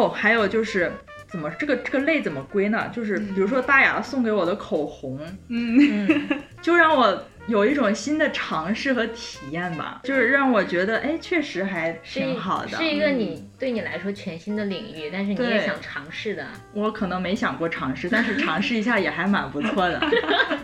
哦，还有就是怎么这个这个类怎么归呢？就是比如说大雅送给我的口红，嗯嗯，就让我有一种新的尝试和体验吧，就是让我觉得，哎，确实还是一挺好的。是一个你对你来说全新的领域，但是你对也想尝试的，我可能没想过尝试，但是尝试一下也还蛮不错 的。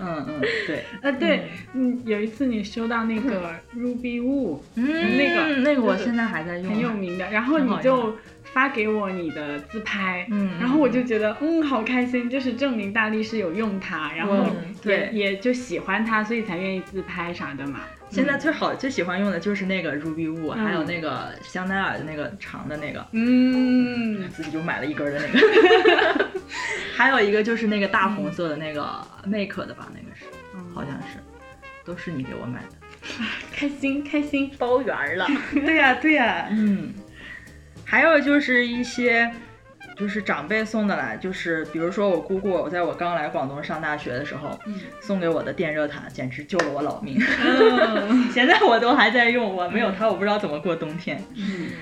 嗯嗯，对，呃，对，嗯，有一次你收到那个 Ruby Woo，嗯那个那个我就是现在还在用，嗯很有名的，然后 很你好就发给我你的自拍，嗯，嗯，然后我就觉得嗯好开心，就是证明大力是有用它，然后嗯也对也就喜欢它，所以才愿意自拍啥的嘛。现在最好最喜欢用的就是那个 Ruby Woo，、嗯还有那个香奈儿的那个长的那个，嗯，自己就买了一根儿的那个， 还有一个就是那个大嗯红色的那个 Make 的吧，那个是好像是，都是你给我买的。开心开心，包圆儿了， 对呀、对呀、嗯，还有就是一些就是长辈送的来，就是比如说我姑姑，我在我刚来广东上大学的时候，送给我的电热毯，简直救了我老命， 嗯现在我都还在用，我没有它，我不知道怎么过冬嗯天。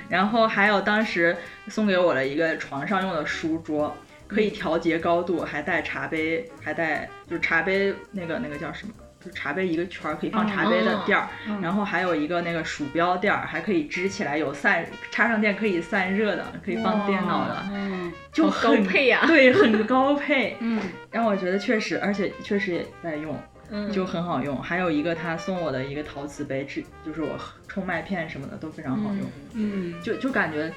然后还有当时送给我了一个床上用的书桌。嗯可以调节高度，还带茶杯，还带就是茶杯那个那个叫什么？就是茶杯一个圈儿可以放茶杯的垫儿，嗯然后还有一个那个鼠标垫儿，还可以支起来，有散插上电可以散热的，可以放电脑的，嗯就好高很配呀对，很高配。嗯让我觉得确实，而且确实也在用，嗯，就很好用。还有一个他送我的一个陶瓷杯，制就是我冲麦片什么的都非常好用，嗯就就感觉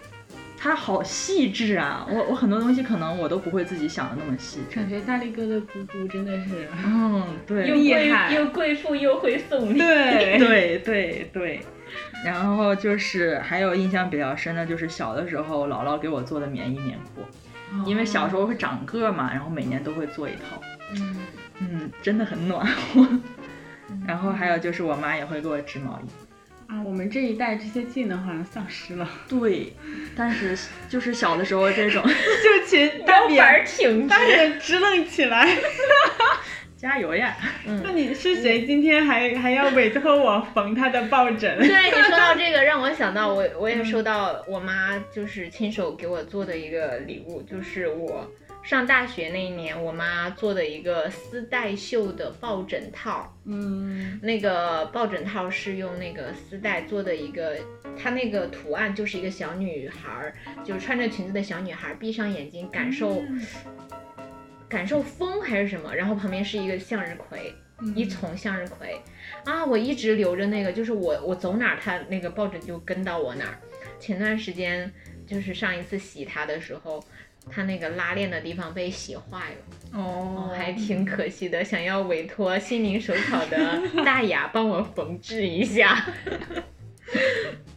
它好细致啊！我我很多东西可能我都不会自己想的那么细致。感觉大力哥的姑姑真的是嗯，对，又厉贵害又贵妇又会送礼，对对对对，然后就是还有印象比较深的就是小的时候姥姥给我做的棉衣棉裤，因为小时候会长个儿嘛，然后每年都会做一套，嗯，嗯，真的很暖和。然后还有就是我妈也会给我织毛衣，啊，我们这一代这些技能好像丧失了，对，但是就是小的时候这种 就 请腰板儿挺直，脸支棱起来。加油呀，那你是谁？今天还还要委托我缝他的抱枕？对你说到这个，让我想到我我也收到我妈就是亲手给我做的一个礼物，就是我上大学那一年，我妈做的一个丝带绣的抱枕套。嗯那个抱枕套是用那个丝带做的一个，它那个图案就是一个小女孩儿，就是穿着裙子的小女孩儿，闭上眼睛感受。感受风还是什么，然后旁边是一个向日葵，一丛向日葵，啊，我一直留着那个，就是我我走哪儿，它那个抱枕就跟到我哪儿。前段时间就是上一次洗它的时候，它那个拉链的地方被洗坏了，哦我还挺可惜的。想要委托心灵手巧 的大雅帮我缝制一下。还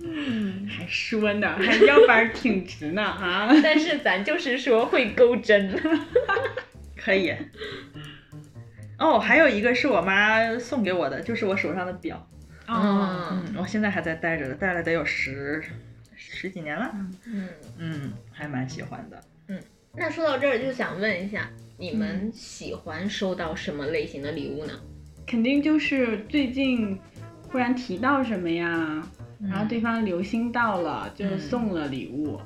嗯说 呢，还腰板儿挺直呢啊！但是咱就是说会钩针， 可以。哦，还有一个是我妈送给我的，就是我手上的表，哦，嗯嗯，我现在还在戴着的，戴了得有十十几年了，嗯。嗯，还蛮喜欢的。那说到这儿，就想问一下，你嗯们喜欢收到什么类型的礼物呢？肯定就是最近忽然提到什么呀，然啊后对方留心到了，就嗯送了礼物，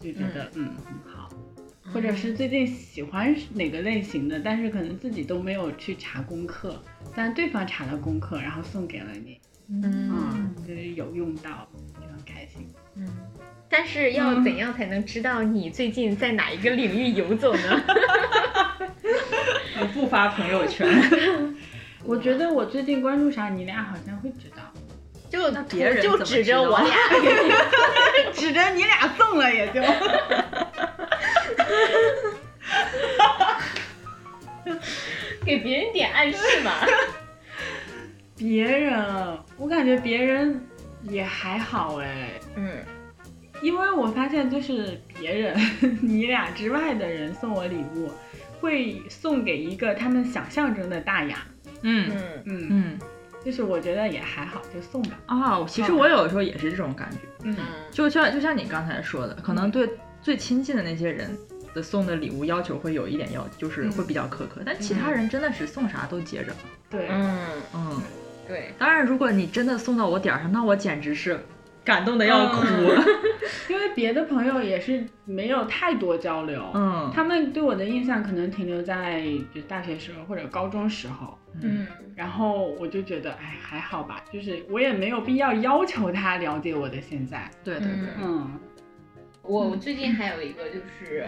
就觉得嗯很好。或嗯者是最近喜欢哪个类型的，但是可能自己都没有去查功课，但对方查了功课，然后送给了你，嗯，就是有用到，就很开心。嗯，但是要嗯怎样才能知道你最近在哪一个领域游走呢？我不发朋友 圈，我觉得我最近关注啥，你俩好像会知道，就那别人就怎么指知着道 我俩给你， 指着你俩送了也就。给别人点暗示嘛。 别人，我感觉别人也还好哎，嗯因为我发现就是别人 你俩之外的人送我礼物，会送给一个他们想象中的大雅，嗯嗯嗯，嗯就是我觉得也还好，就送吧。啊、其实我有的时候也是这种感觉，嗯嗯就像就像你刚才说的，可能对最亲近的那些人的送的礼物要求会有一点要，就是会比较苛刻，但其他人真的是送啥都接着。对，嗯，嗯，对，当然，如果你真的送到我点儿上，那我简直是感动的要哭。 因为别的朋友也是没有太多交流，嗯，他们对我的印象可能停留在就大学时候或者高中时候，嗯然后我就觉得哎还好吧，就是我也没有必要要求他了解我的现在，对对对，嗯嗯，我我最近还有一个就是。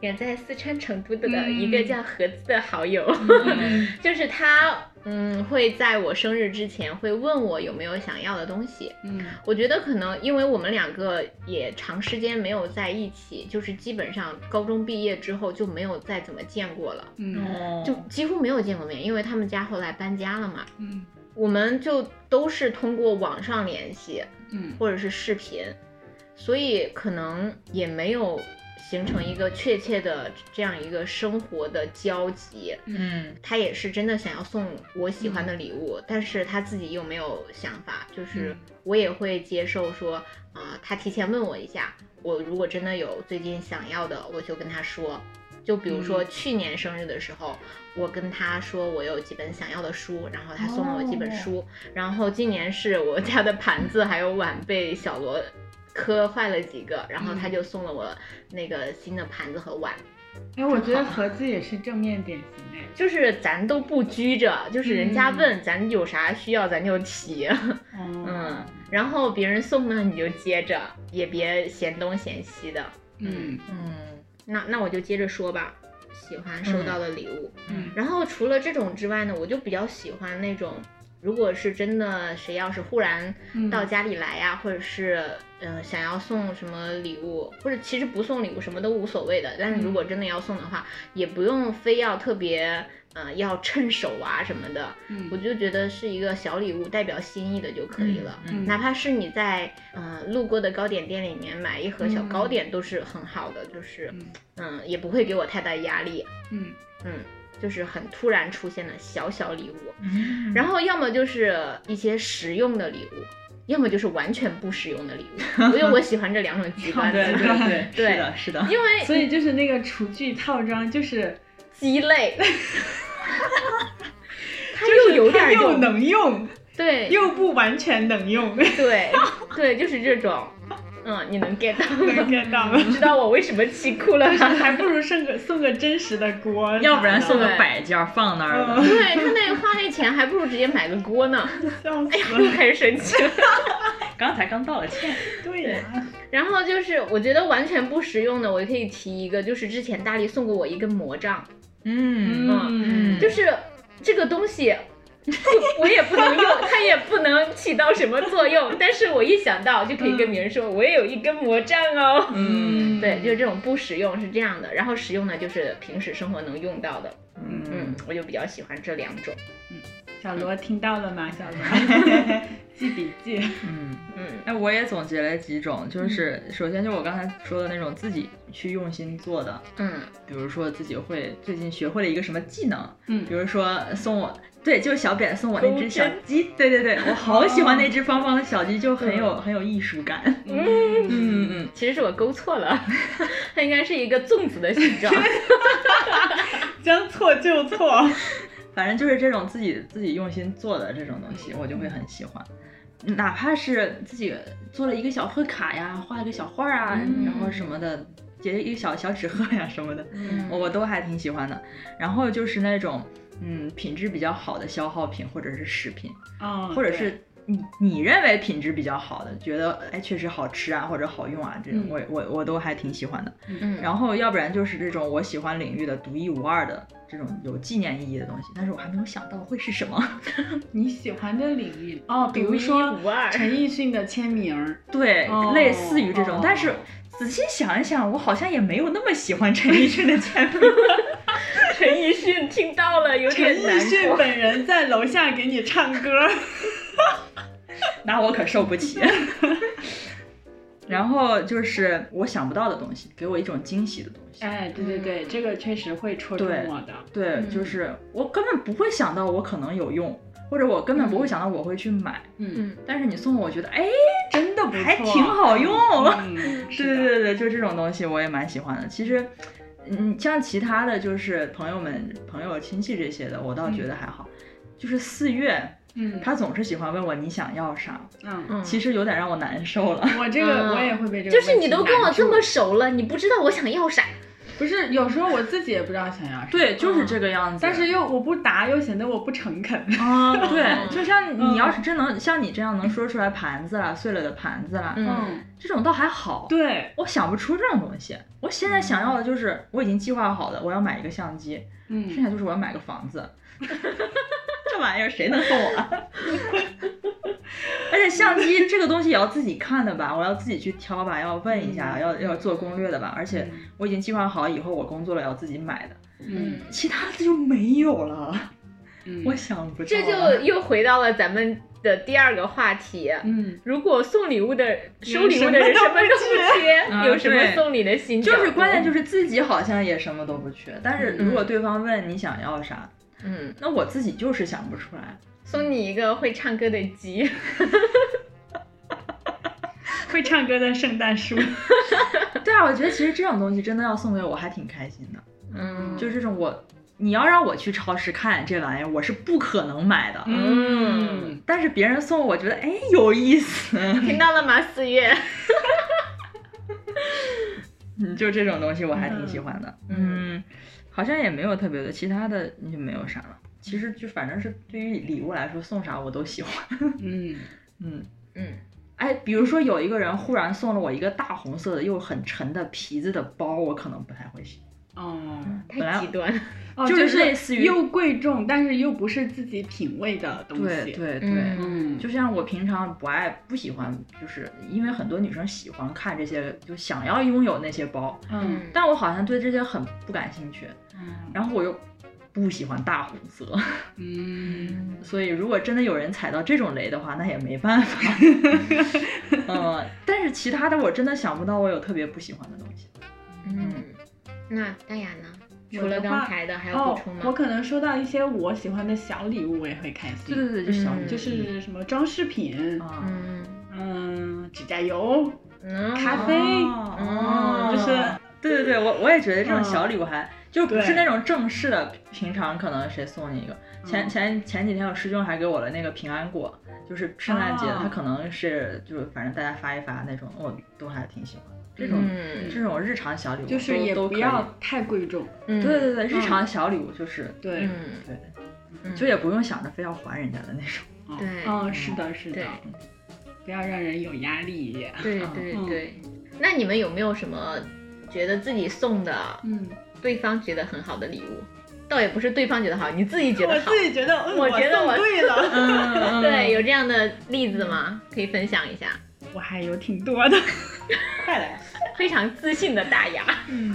远在四川成都的嗯一个叫盒子的好友，嗯 就是他，嗯，会在我生日之前会问我有没有想要的东西，嗯我觉得可能因为我们两个也长时间没有在一起，就是基本上高中毕业之后就没有再怎么见过了，嗯哦就几乎没有见过面，因为他们家后来搬家了嘛，嗯我们就都是通过网上联系嗯或者是视频，所以可能也没有形成一个确切的这样一个生活的交集。嗯他也是真的想要送我喜欢的礼物，但是他自己又没有想法，就是嗯我也会接受说，啊、他提前问我一下，我如果真的有最近想要的，我就跟他说。就比如说去年生日的时候，我跟他说我有几本想要的书，然后他送了我几本书。然后今年是我家的盘子还有碗被小罗磕坏了几个，然后他就送了我那个新的盘子和碗。哎，我觉得盒子也是正面典型哎。就是咱都不拘着，就是人家嗯问、咱有啥需要咱就提， 哦嗯，然后别人送呢你就接着，也别嫌东嫌西的。嗯嗯那那我就接着说吧，喜欢收到的礼物。嗯然后除了这种之外呢，我就比较喜欢那种，如果是真的谁要是忽然嗯到家里来呀、或者是呃想要送什么礼物，或者其实不送礼物什么都无所谓的，但是如嗯果真的要送的话，也不用非要特别呃要趁手啊什么的，我嗯就觉得是一个小礼物，代表心意的就可以了。嗯哪怕是你在呃路过的糕点店里面买一盒小糕点都是很好的，就是嗯嗯也不会给我太大压力，嗯嗯，就是很突然出现的小小礼物。嗯然后要么就是一些实用的礼物，要么就是完全不实用的礼物，因为我喜欢这两种极端对 对的，对，对是的，是的，因为所以就是那个厨具套装，就是鸡肋， 它就是又有点它儿又用，能用，对，又不完全能用，对对，就是这种，嗯，你能 get 到能 吗？ get 到吗？ 知道我为什么气哭了 吗？还不如送个送个真实的 锅，嗯要不然送个对摆件儿放那儿的，对他那花那钱，还不如直接买个锅呢。笑哎呀，死我又了。开始生气了。 刚才刚道了歉，对 呀，然后就是，我觉得完全不实用的，我也可以提一个，就是之前大力送过我一根魔杖，嗯嗯嗯就是这个东西。我我也不能用，它也不能起到什么作用。但是我一想到就可以跟别人说，我也有一根魔杖哦。嗯对，就是这种不实用是这样的，然后实用呢就是平时生活能用到的。嗯嗯，，我就比较喜欢这两种。小罗听到了吗？小罗 记笔记。嗯。嗯哎，我也总结了几种，就是首先就我刚才说的那种自己去用心做的，嗯比如说自己会最近学会了一个什么技能，嗯比如说送我，对，就是小扁送我那钩只小针鸡， 对对对，我好喜欢那只方方的小鸡，就很有很有艺术感。嗯，嗯嗯其实是我勾错了， 它应该是一个粽子的形状。将错就错。嗯， 反正就是这种自己自己用心做的这种东西，我就会很喜欢，哪怕是自己做了一个小贺卡呀，画了个小画儿啊，嗯然后什么的，结一个小小纸鹤呀什么的，嗯我都还挺喜欢的。然后就是那种嗯品质比较好的消耗品或者是食品，嗯或者是你你认为品质比较好的，觉得哎确实好吃啊或者好用啊这种，嗯我我我都还挺喜欢的。嗯，然后要不然就是这种我喜欢领域的独一无二的这种有纪念意义的东西，但是我还没有想到会是什么。 你喜欢的领域哦，比独如一说无二陈奕迅的签名儿，对，哦类似于这种，哦但是。仔细想一想，我好像也没有那么喜欢陈奕迅的签名。陈奕迅听到了有陈点难奕迅过。本人在楼下给你唱歌。 那我可受不起。 然后就是我想不到的东西，给我一种惊喜的东西。 哎，对对对，这个确实会戳中对我的。对，嗯就是我根本不会想到我可能有用，或者我根本不会想到我会去买。嗯，嗯，但是你送我，我觉得哎，真的不错，还挺好用。嗯，啊对对是的，对对，就这种东西我也蛮喜欢的。其实，嗯，像其他的就是朋友们、朋友亲戚这些的，我倒觉得还好。就是四月，嗯他总是喜欢问我你想要啥，嗯，嗯其实有点让我难受了。我这嗯个我也会被这个就是问你题都跟我难这住么熟了，你不知道我想要啥。不是，有时候我自己也不知道想要啥， 对，嗯就是 这个样子。但是又我不答又显得我不诚恳。啊，嗯对，就像你嗯要是真能像你这样能说出来盘子啦、碎了的盘子啦，嗯，这种倒还好。 对，我想不出这种东西。我现在想要的就是，我已经计划好的，我要买一个相机，剩嗯，下就是我要买个房子。 这玩意儿谁能送我啊？ 而且相机这个东西也要自己看的吧，我要自己去挑吧，要问一下，嗯要要做攻略的吧。而且我已经计划好以后我工作了要自己买的，嗯其他的就没有了。嗯，我想不到了。这哦就又回到了咱们的第二个话题。嗯。如果送礼物的收礼物的人什么都不嗯缺， 有什么对送礼的心角度？就是关键就是自己好像也什么都不缺，但是如果对方问你想要啥，嗯，那我自己就是想不出来。送你一个会唱歌的鸡。会唱歌的圣诞树，对啊，我觉得其实这种东西真的要送给我还挺开心的，嗯，就是这种我你要让我去超市看这玩意儿，我是不可能买的。嗯，但是别人送我，我觉得哎有意思。 听到了吗？四月。嗯就这种东西我还挺喜欢的。嗯嗯，好像也没有特别的，其他的就没有啥了。其实就反正是对于礼物来说，送啥我都喜欢。 嗯，嗯，嗯，哎，比如说有一个人忽然送了我一个大红色的又很沉的皮子的包，我可能不太会喜哦，本太来极端。哦，就是类似于又贵重，但是又不是自己品味的东欢。对西。对对。嗯嗯，就像我平常不爱不喜欢，就是因为很多女生喜欢看这些，就想要拥有那些包，嗯，但我好像对这些很不感兴趣，嗯然后我又不喜欢大红色， 嗯，嗯所以如果真的有人踩到这种雷的话，那也没办法。 嗯，但是其他的我真的想不到我有特别不喜欢的东西。嗯，那大雅呢？除我的了话刚才的，还有哦补充，我吗？可能收到一些我喜欢的小礼物，我也会开对心。对对，就小女嗯生就是什么装饰品，啊，嗯嗯，指甲油，嗯，咖啡哦嗯就是对对对，我我也觉得这种小礼物还、就不是对那种正式的，平常可能谁送你一个。前前前几天我师兄还给我了那个平安果，就是圣诞节，哦他可能是就是反正大家发一发那种，我都还挺喜欢的这种、嗯这种日常小礼物都，就是也都不可以要太贵重。嗯，对对对，日常小礼物就是、对，嗯对，嗯，就也不用想着非要还人家的那种。哦对嗯，是的，是的对，嗯不要让人有压力。对对对。那你们有没有什么觉得自己送的嗯，对方觉得很好的礼物？倒也不是对方觉得好，你自己觉我得好自。己觉得，嗯我觉得送我 对了， 嗯对，，有这样的例子吗？可以分享一下。我还有挺多的，快来。非常自信的大牙。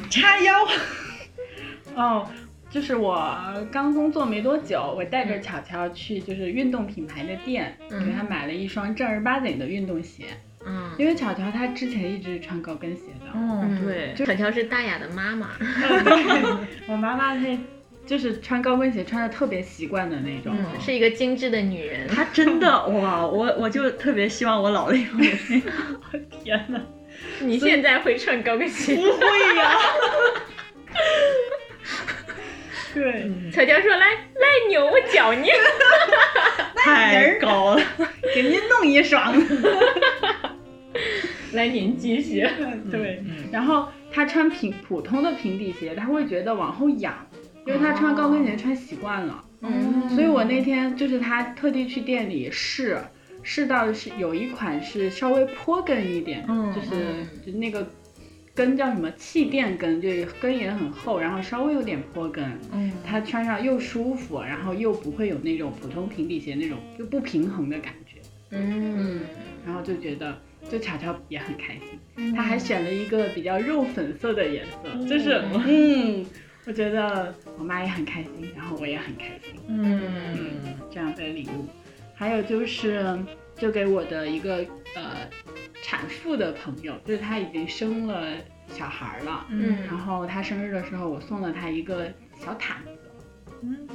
叉腰。哦，就是我刚工作没多久，我带着巧巧去就是运动品牌的店，给她嗯买了一双正儿八经的运动鞋，嗯因为巧巧她之前一直穿高跟鞋的。嗯对，巧巧是大雅的妈妈。我妈妈她就是穿高跟鞋穿的特别习惯的那种。嗯，是一个精致的女人。他真的哇，我我就特别希望我老了以后也是天哪！你现在会穿高跟鞋？会呀、 对，巧巧说：“来来扭我脚扭。太高 了。给您弄一双。来您继续。对。嗯然后她穿平普通的平底鞋，她会觉得往后仰，因为她穿高跟鞋穿习惯了。嗯所以我那天就是她特地去店里试，试到是有一款是稍微坡跟一点，嗯就是嗯就那个跟叫什么气垫跟，就跟也很厚，然后稍微有点坡跟。嗯她穿上又舒服，然后又不会有那种普通平底鞋那种就不平衡的感觉，嗯，然后就觉得就巧巧也很开心。他还选了一个比较肉粉色的颜色，就是嗯，我觉得我妈也很开心，然后我也很开心，嗯这样的礼物。还有就是，就给我的一个呃产妇的朋友，就是她已经生了小孩了，嗯然后她生日的时候，我送了她一个小毯子，嗯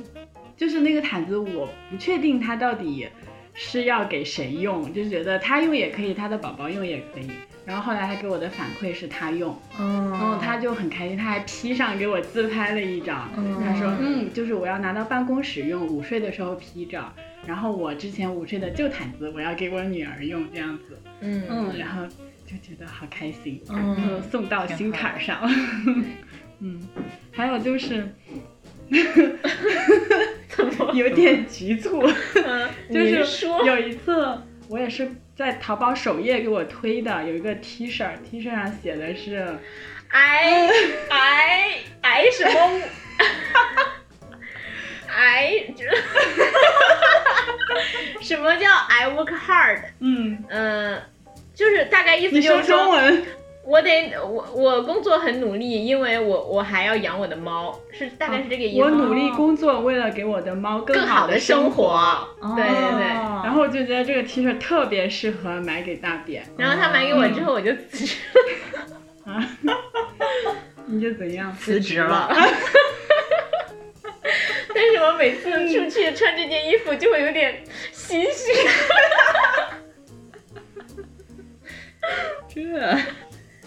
就是那个毯子，我不确定它到底是要给谁用，就觉得她用也可以，她的宝宝用也可以。然后后来她给我的反馈是她用。然后嗯他就很开心，他还 P 上给我自拍了一张。嗯他说：“嗯，就是我要拿到办公室用，午睡的时候披着。然后我之前午睡的旧毯子，我要给我女儿用，这样子。嗯嗯，然后就觉得好开心，嗯然后送到心坎儿上。嗯，还有就是怎么有点局促，就是您说有一次我也是在淘宝首页给我推的，有一个 T 恤儿，T 恤上写的是。” 哎哎哎什么？哎， 什么叫 I work hard？嗯，嗯，就是大概意思你就说是说中文，我得我我工作很努力，因为我我还要养我的猫，是大概是这个意思。哦我努力工作，为了给我的猫更好好的生生活。对对对。哦然后我就觉得这个 T 恤特别适合买给大便然后他买给我之后，我就辞职了。嗯啊， 你就怎样？辞职 了， 但是我每次出嗯去穿这件衣服，就会有点心虚。这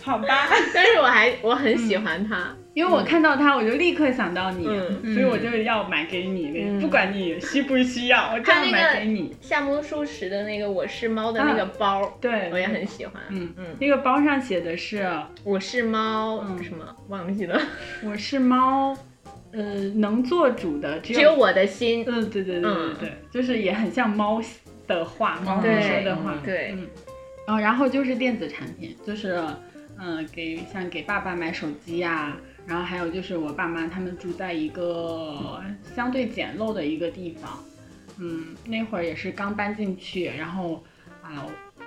好吧。但是我还我很喜欢它，因为我看到它，我就立刻想到你，嗯所以我就要买给你，嗯不管你需不需要，我这样买给你。夏目漱石的那个我是猫的那个包，对，我也很喜欢。嗯嗯，那个包上写的是我是猫嗯什么忘 记了，我是猫，呃，能做主的只只有我的心。嗯，对对对对嗯对，就是也很像猫的话，猫咪对说的话。对，嗯，哦，然后就是电子产品，就是嗯、呃给像给爸爸买手机呀、然后还有就是我爸妈他们住在一个相对简陋的一个地方，嗯，那会儿也是刚搬进去，然后啊，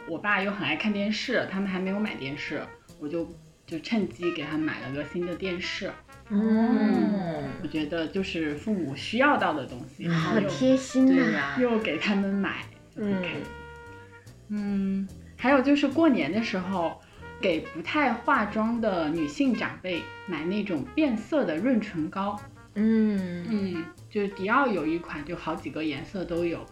我爸又很爱看电视，他们还没有买电视，我就就趁机给他买了个新的电视。哦嗯，我觉得就是父母需要到的东西，然后好又贴心啊对呐。呀，又给他们买，就很开嗯心。嗯，还有就是过年的时候，给不太化妆的女性长辈买那种变色的润唇膏。嗯，嗯，就是迪奥有一款，就好几个颜色都有，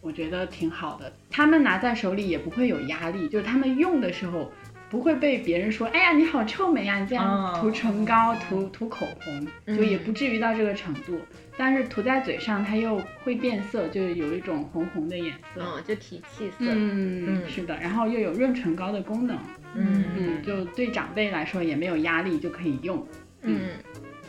我觉得挺好的。他们拿在手里也不会有压力，就是他们用的时候不会被别人说，哎呀你好臭美呀，你这样哦涂唇膏、涂涂口红，就也不至于到这个程度。但是涂在嘴上，它又会变色，就是有一种红红的颜色。嗯，就提气色。嗯，嗯是的，然后又有润唇膏的功能，嗯嗯，就对长辈来说也没有压力，就可以用。嗯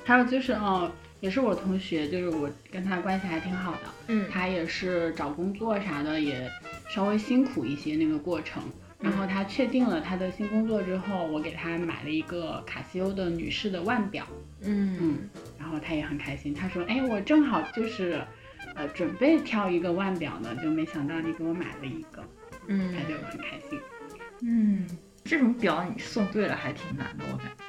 还有就是哦，也是我同学，就是我跟他关系还挺好的，嗯他也是找工作啥的也稍微辛苦一些那个过程。然后他确定了他的新工作之后，我给他买了一个卡西欧的女士的腕表，嗯然后他也很开心。他说：“哎，我正好就是，呃，准备挑一个腕表呢，就没想到你给我买了一个，嗯他就很开心。”嗯，这种表你送对了还挺难的，我感觉。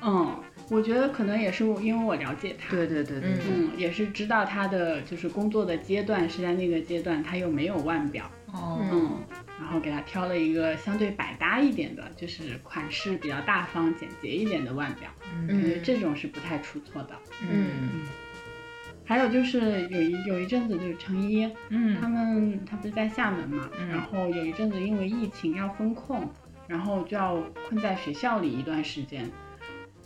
嗯，我觉得可能也是因为我了解他，对对对对对，嗯，也是知道他的就是工作的阶段是在那个阶段，他又没有腕表，哦，嗯，然后给他挑了一个相对百搭一点的，就是款式比较大方、简洁一点的腕表，感觉嗯这种是不太出错的。嗯还有就是有一有一阵子就是成一嗯他们他不是在厦门嘛，嗯然后有一阵子因为疫情要封控，然后就要困在学校里一段时间。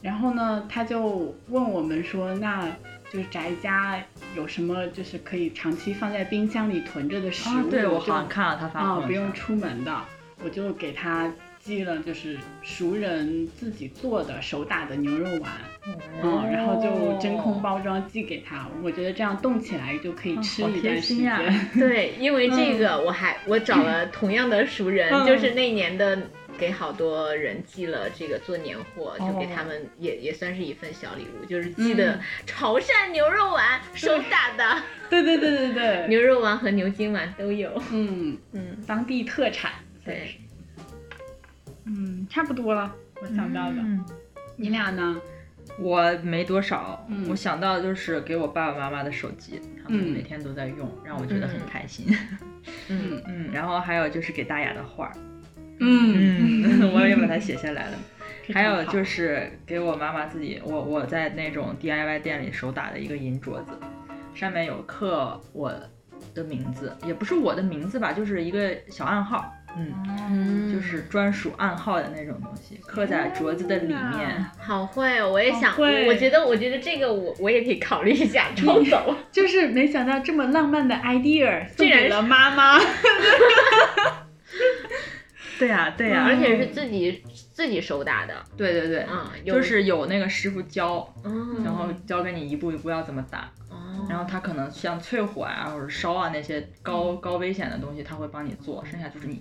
然后呢，他就问我们说，那就是宅家有什么就是可以长期放在冰箱里囤着的食啊物？，对我就好像看了他发啊、朋不友用圈，出门的，我就给他寄了就是熟人自己做的手打的牛肉丸，哦嗯，然后就真空包装寄给他。我觉得这样冻起来就可以啊吃好一贴段时心间。呀 对，因为这个嗯我还我找了同样的熟人，嗯就是那年的给好多人寄了这个做年货，哦就给他们也也算是一份小礼物，就是嗯寄的潮汕牛肉丸，手打 的对对对对对，牛肉丸和牛筋丸都有。嗯，嗯，当地特产。对，嗯，差不多了，我想到的。嗯你俩呢？我没多少，嗯我想到就是给我爸爸妈妈的手机，他们嗯每天都在用，让我觉得很开心。嗯嗯，然后还有就是给大雅的画儿，嗯嗯， 我也把它写下来了。还有就是是给我妈妈自己，我我在那种 DIY 店里手打的一个银镯子，上面有刻我的名字，也不是我的名字吧，就是一个小暗号，嗯，嗯就是专属暗号的那种东西，刻在镯子的里面。好会哦，我也想，好会我我觉得我觉得这个我我也可以考虑一下抄走。就是没想到这么浪漫的 idea 送然给了妈妈。对呀、 对啊而呀、且是自己自己手打的，嗯对对对，啊，有就是有那个师傅教，嗯然后教给你一步一步要怎么打，哦然后他可能像淬火啊或者烧啊那些嗯高高危险的东西，他会帮你做，剩下就是你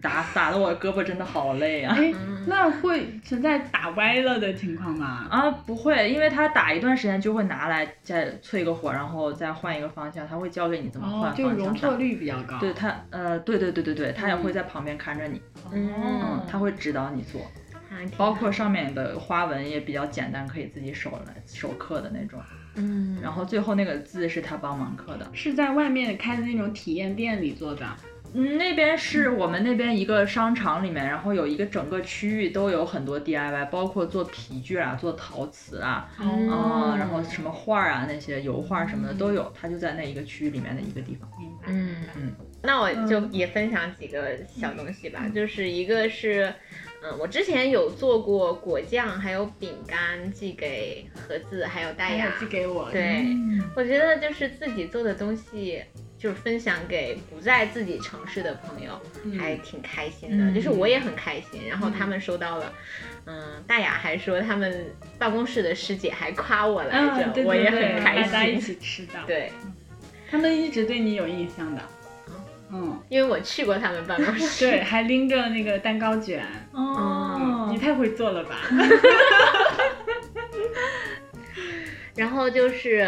打 打的我胳膊真的好累啊。哎，嗯那会存在打歪了的情况吗？啊，不会，因为他打一段时间就会拿来再淬个火，然后再换一个方向，他会教给你怎么哦换，就方是容向错打。率比较高。对他，呃，对对对对对，他也会嗯在旁边看着你，哦嗯嗯，他会指导你做，还挺包括上面的花纹也比较简单，可以自己手来手刻的那种。嗯，然后最后那个字是他帮忙刻的，是在外面开的那种体验店里做的。嗯，那边是我们那边一个商场里面，然后有一个整个区域都有很多 DIY，包括做皮具啊、做陶瓷啊，嗯啊、哦然后什么画儿啊那些油画什么的都有，它就在那一个区域里面的一个地方。明白。嗯，那我就嗯也分享几个小东西吧，就是一个是，嗯，我之前有做过果酱，还有饼干寄给盒子，还有大还有雅。寄给嗯我，对，我觉得就是自己做的东西，就是分享给不在自己城市的朋友，嗯还挺开心的。嗯就是我也很开心，然后他们收到了，嗯、大雅还说他们办公室的师姐还夸我来着，嗯，对对我也对很开大家一心。起吃的，对，他们一直对你有印象的。嗯，因为我去过他们办公室。 对，还拎着那个蛋糕卷，嗯嗯哦你，太会做 了吧？然后就是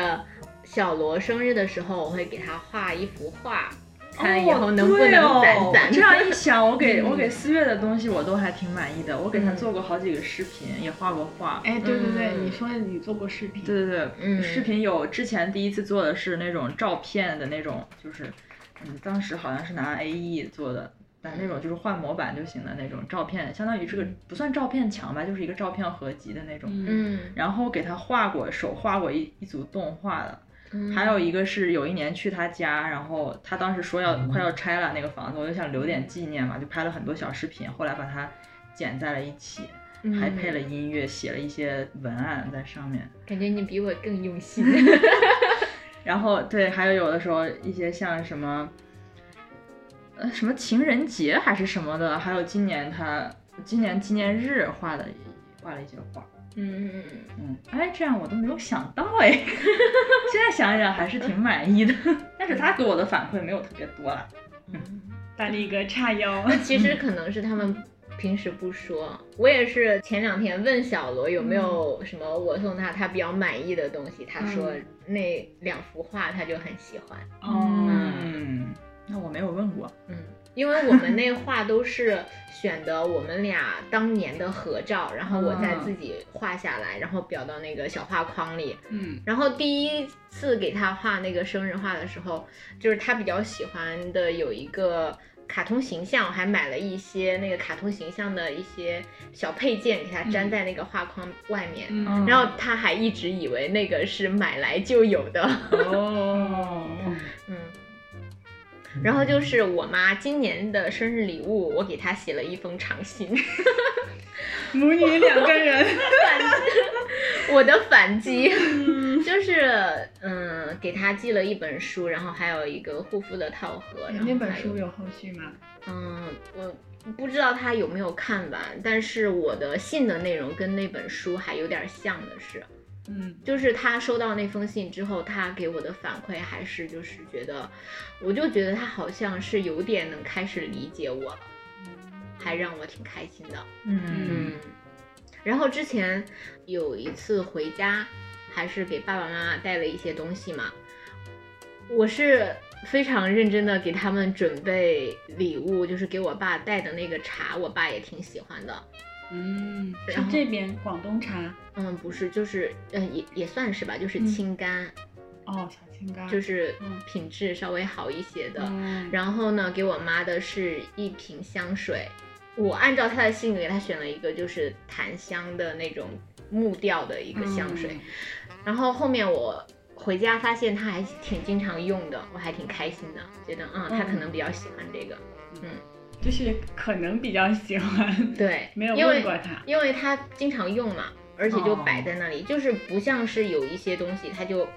小罗生日的时候，我会给他画一幅画，看以后能不能攒哦对哦攒。这样一想，我给我给四月的东西我都还挺满意的，我给他嗯做过好几个视频，也画过画。哎，对对对，嗯你说你做过视频，对对对，嗯视频有之前第一次做的是那种照片的那种，就是，嗯，当时好像是拿 A E 做的，但那种就是换模板就行的那种照片，相当于是个不算照片墙吧，就是一个照片合集的那种。嗯，嗯，然后给他画过，手画过一一组动画的，嗯还有一个是有一年去他家，然后他当时说要嗯快要拆了那个房子，我就想留点纪念嘛，就拍了很多小视频，后来把它剪在了一起，嗯还配了音乐，写了一些文案在上面。感觉你比我更用 心。然后对，还有有的时候一些像什么，呃，什么情人节还是什么的，还有今年他今年纪念日画的画了一些画，嗯，嗯，哎，这样我都没有想到哎， 现在想一想还是挺满意的， 但是他给我的反馈没有特别多啦。大力哥叉腰，嗯其实可能是他们。平时不说，我也是前两天问小罗有没嗯有什么我送他他比较满意的东西，他说那两幅画他就很喜欢。哦，嗯，那我没有问过，嗯，因为我们那画都是选的我们俩当年的合照，然后我再自己画下来，然后裱到那个小画框里。嗯，然后第一次给他画那个生日画的时候，就是他比较喜欢的有一个卡通形象，我还买了一些那个卡通形象的一些小配件给他粘在那个画框外面。嗯然后他还一直以为那个是买来就有的，哦，嗯，然后就是我妈今年的生日礼物，我给她写了一封长信， 母女两 个人，我的反击 就是，嗯，给她寄了一本书，然后还有一个护肤的套盒。然后那本还有书，有后续吗？嗯，我不知道她有没有看完，但是我的信的内容跟那本书还有点像的是，嗯，就是他收到那封信之后，他给我的反馈还是就是觉得，我就觉得他好像是有点能开始理解我了，还让我挺开心的。嗯，然后之前有一次回家，还是给爸爸妈妈带了一些东西嘛，我是非常认真的给他们准备礼物，就是给我爸带的那个茶，我爸也挺喜欢的。嗯，是然后这边广东茶，嗯，不是，就是，嗯，也也算是吧，就是嗯清干。哦，小青柑，就是是嗯品质稍微好一些的。嗯，然后呢，给我妈的是一瓶香水，我按照她的性格给她选了一个就是檀香的那种木调的一个香水。嗯然后后面我回家发现她还挺经常用的，我还挺开心的，觉得嗯，她可能比较喜欢这个。嗯，就是可能比较喜欢，对，没有因问为过他，因为她经常用嘛，而且就哦摆在那里，就是不像是有一些东西，它就。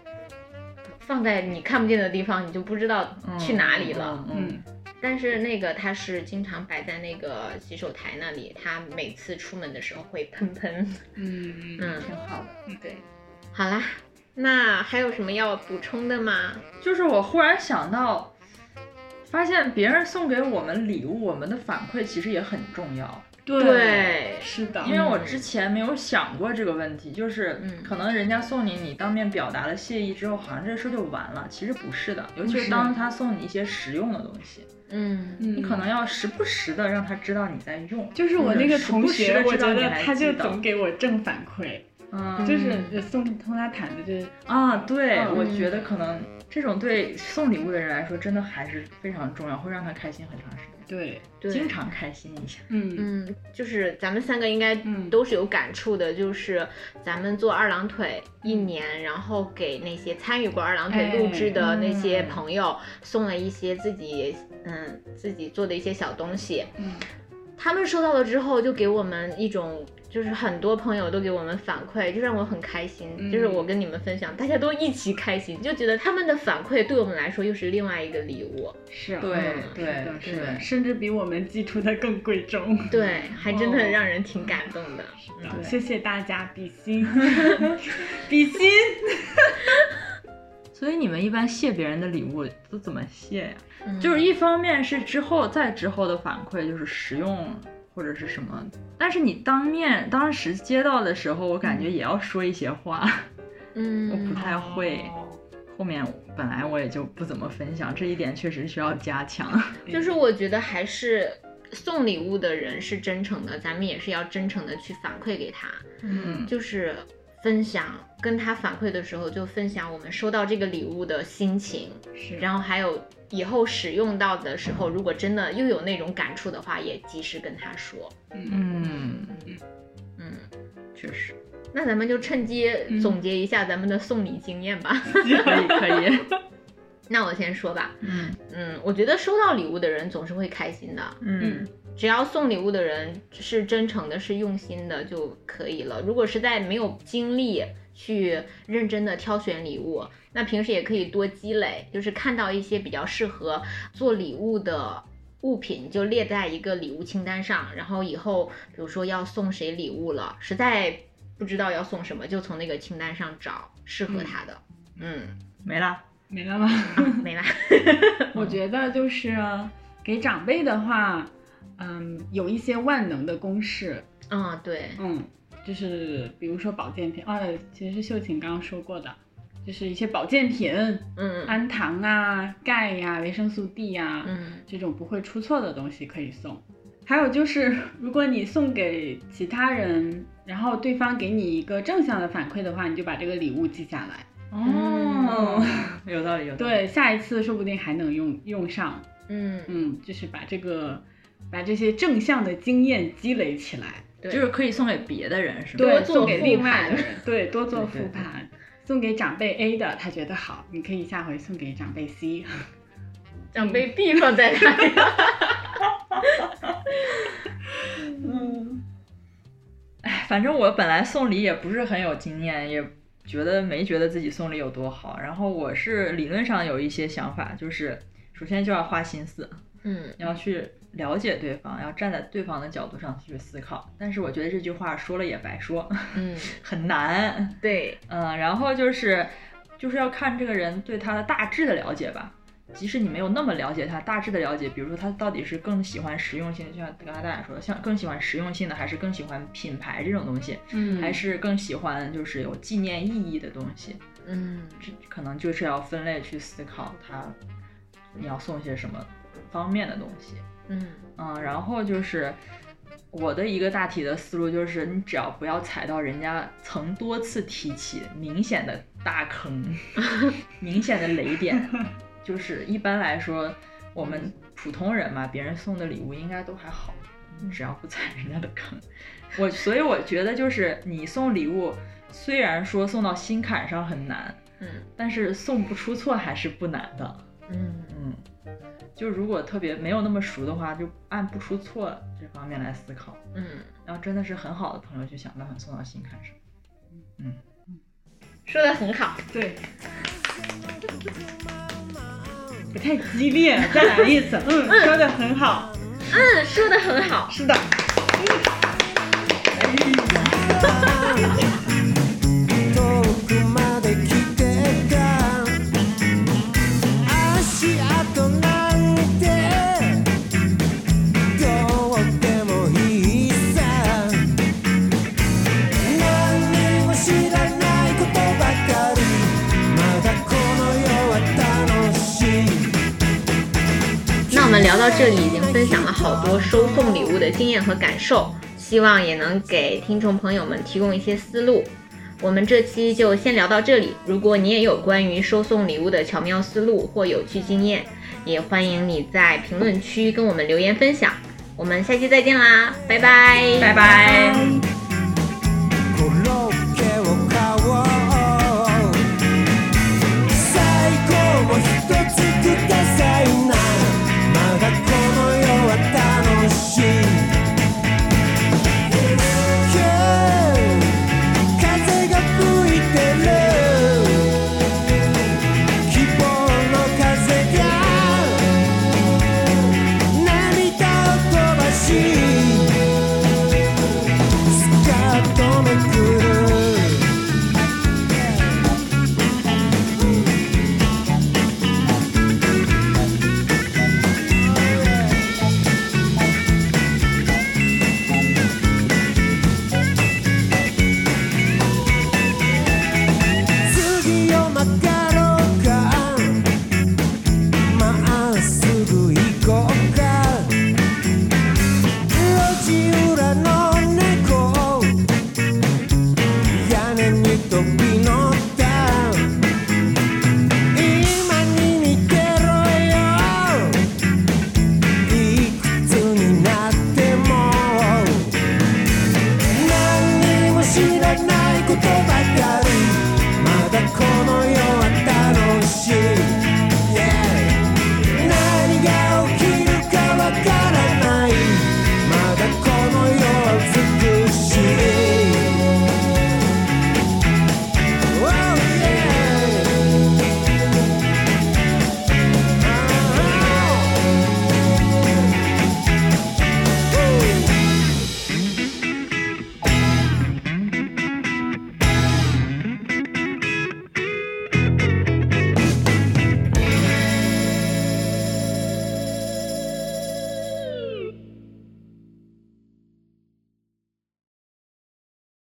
放在你看不见的地方，你就不知道哦去哪里了。嗯，但是那个它是经常摆在那个洗手台那里，它每次出门的时候会喷喷。嗯嗯，嗯，挺好的。对。好啦，那还有什么要补充的吗？就是我忽然想到，发现别人送给我们礼物，我们的反馈其实也很重要。对是的，因为我之前没有想过这个问题，就是嗯可能人家送你，你当面表达了谢意之后，好像这事儿就完了。其实不是的，尤其不是是当他送你一些实用的东西，嗯嗯你可能要时不时的让他知道你在用。就是我那个同嗯学，时不我时地知道觉你得还他就记得总给我正反馈，呃嗯就是送送他毯子，就是啊，对，嗯我觉得可能这种对送礼物的人来说真的还是非常重要，会让他开心很长时间，对，对，经常开心一下。嗯嗯，就是咱们三个应该嗯都是有感触的，就是咱们做二郎腿一年，然后给那些参与过二郎腿录制的那些哎嗯朋友送了一些自己嗯自己做的一些小东西，嗯他们收到了之后就给我们一种。就是很多朋友都给我们反馈，就让我很开心。嗯就是我跟你们分享，大家都一起开心，就觉得他们的反馈对我们来说又是另外一个礼物。是啊，对嗯对是的，是对的，甚至比我们寄出的更贵重。啊对，还真的哦让人挺感动的。对谢谢大家，比 心，比心。所以你们一般谢别人的礼物都怎么谢呀、嗯就是一方面是之后再之后的反馈，就是实用或者是什么，但是你当面当时接到的时候，我感觉也要说一些话， 嗯，我不太会。哦后面本来我也就不怎么分享，这一点确实需要加强。就是我觉得还是送礼物的人是真诚的，咱们也是要真诚的去反馈给他，嗯，就是分享跟他反馈的时候就分享我们收到这个礼物的心情，是，然后还有以后使用到的时候，如果真的又有那种感触的话，也及时跟他说。嗯，嗯，嗯，确实那咱们就趁机嗯总结一下咱们的送礼经验吧。 可以可以。那我先说吧，嗯嗯，我觉得收到礼物的人总是会开心的，嗯只要送礼物的人是真诚的、是用心的就可以了。如果是在没有精力去认真的挑选礼物，那平时也可以多积累，就是看到一些比较适合做礼物的物品，就列在一个礼物清单上。然后以后比如说要送谁礼物了，实在不知道要送什么，就从那个清单上找适合他的。嗯，没啦。没了吗？ 没啦。嗯我觉得就是呃给长辈的话，嗯，有一些万能的公式，嗯，对，嗯，就是比如说保健品，啊，其实是秀琴刚刚说过的，就是一些保健品，嗯氨糖啊、钙呀、维生素 D 呀、嗯这种不会出错的东西可以送。还有就是，如果你送给其他人，然后对方给你一个正向的反馈的话，你就把这个礼物记下来。哦，有道理有道理。嗯对，下一次说不定还能用用上。嗯，嗯，就是把这个，把这些正向的经验积累起来。对，就是可以送给别的人是吗？多对，做送给复另外的盘人，对，多做对对复盘。送给长辈 A 的，他觉得好，你可以下回送给长辈 C。长辈避放在那里。 嗯，哎，反正我本来送礼也不是很有经验，也觉得没觉得自己送礼有多好。然后我是理论上有一些想法，就是首先就要花心思，嗯要去了解对方，要站在对方的角度上去思考。但是我觉得这句话说了也白说， 嗯，很难。对，嗯，然后就是就是要看这个人对他的大致的了解吧。即使你没有那么了解他，大致的了解，比如说他到底是更喜欢实用性，就像刚才大家说的，像更喜欢实用性的，还是更喜欢品牌这种东西，嗯还是更喜欢就是有纪念意义的东西，嗯这可能就是要分类去思考它，你要送些什么方面的东西。嗯嗯，然后就是我的一个大体的思路就是，你只要不要踩到人家曾多次提起明显的大坑、明显的雷点，就是一般来说，我们普通人嘛，别人送的礼物应该都还好，只要不踩人家的坑。我所以我觉得就是你送礼物，虽然说送到心坎上很难，嗯但是送不出错还是不难的。嗯嗯，就如果特别没有那么熟的话，就按不出错这方面来思考。嗯。然后真的是很好的朋友，就想办法送到心坎上。说的很好，对，不太激烈，再来一次。嗯，说的很好。嗯，说的很好。是的，遠くまで来てた足跡なんてどうでもいいさ何も知らないことばかりまだこの世は楽しい那我们聊到这里，已经分享了好多收送礼物的经验和感受，希望也能给听众朋友们提供一些思路。我们这期就先聊到这里。如果你也有关于收送礼物的巧妙思路或有趣经验，也欢迎你在评论区跟我们留言分享。我们下期再见啦，拜拜，拜拜。 Bye.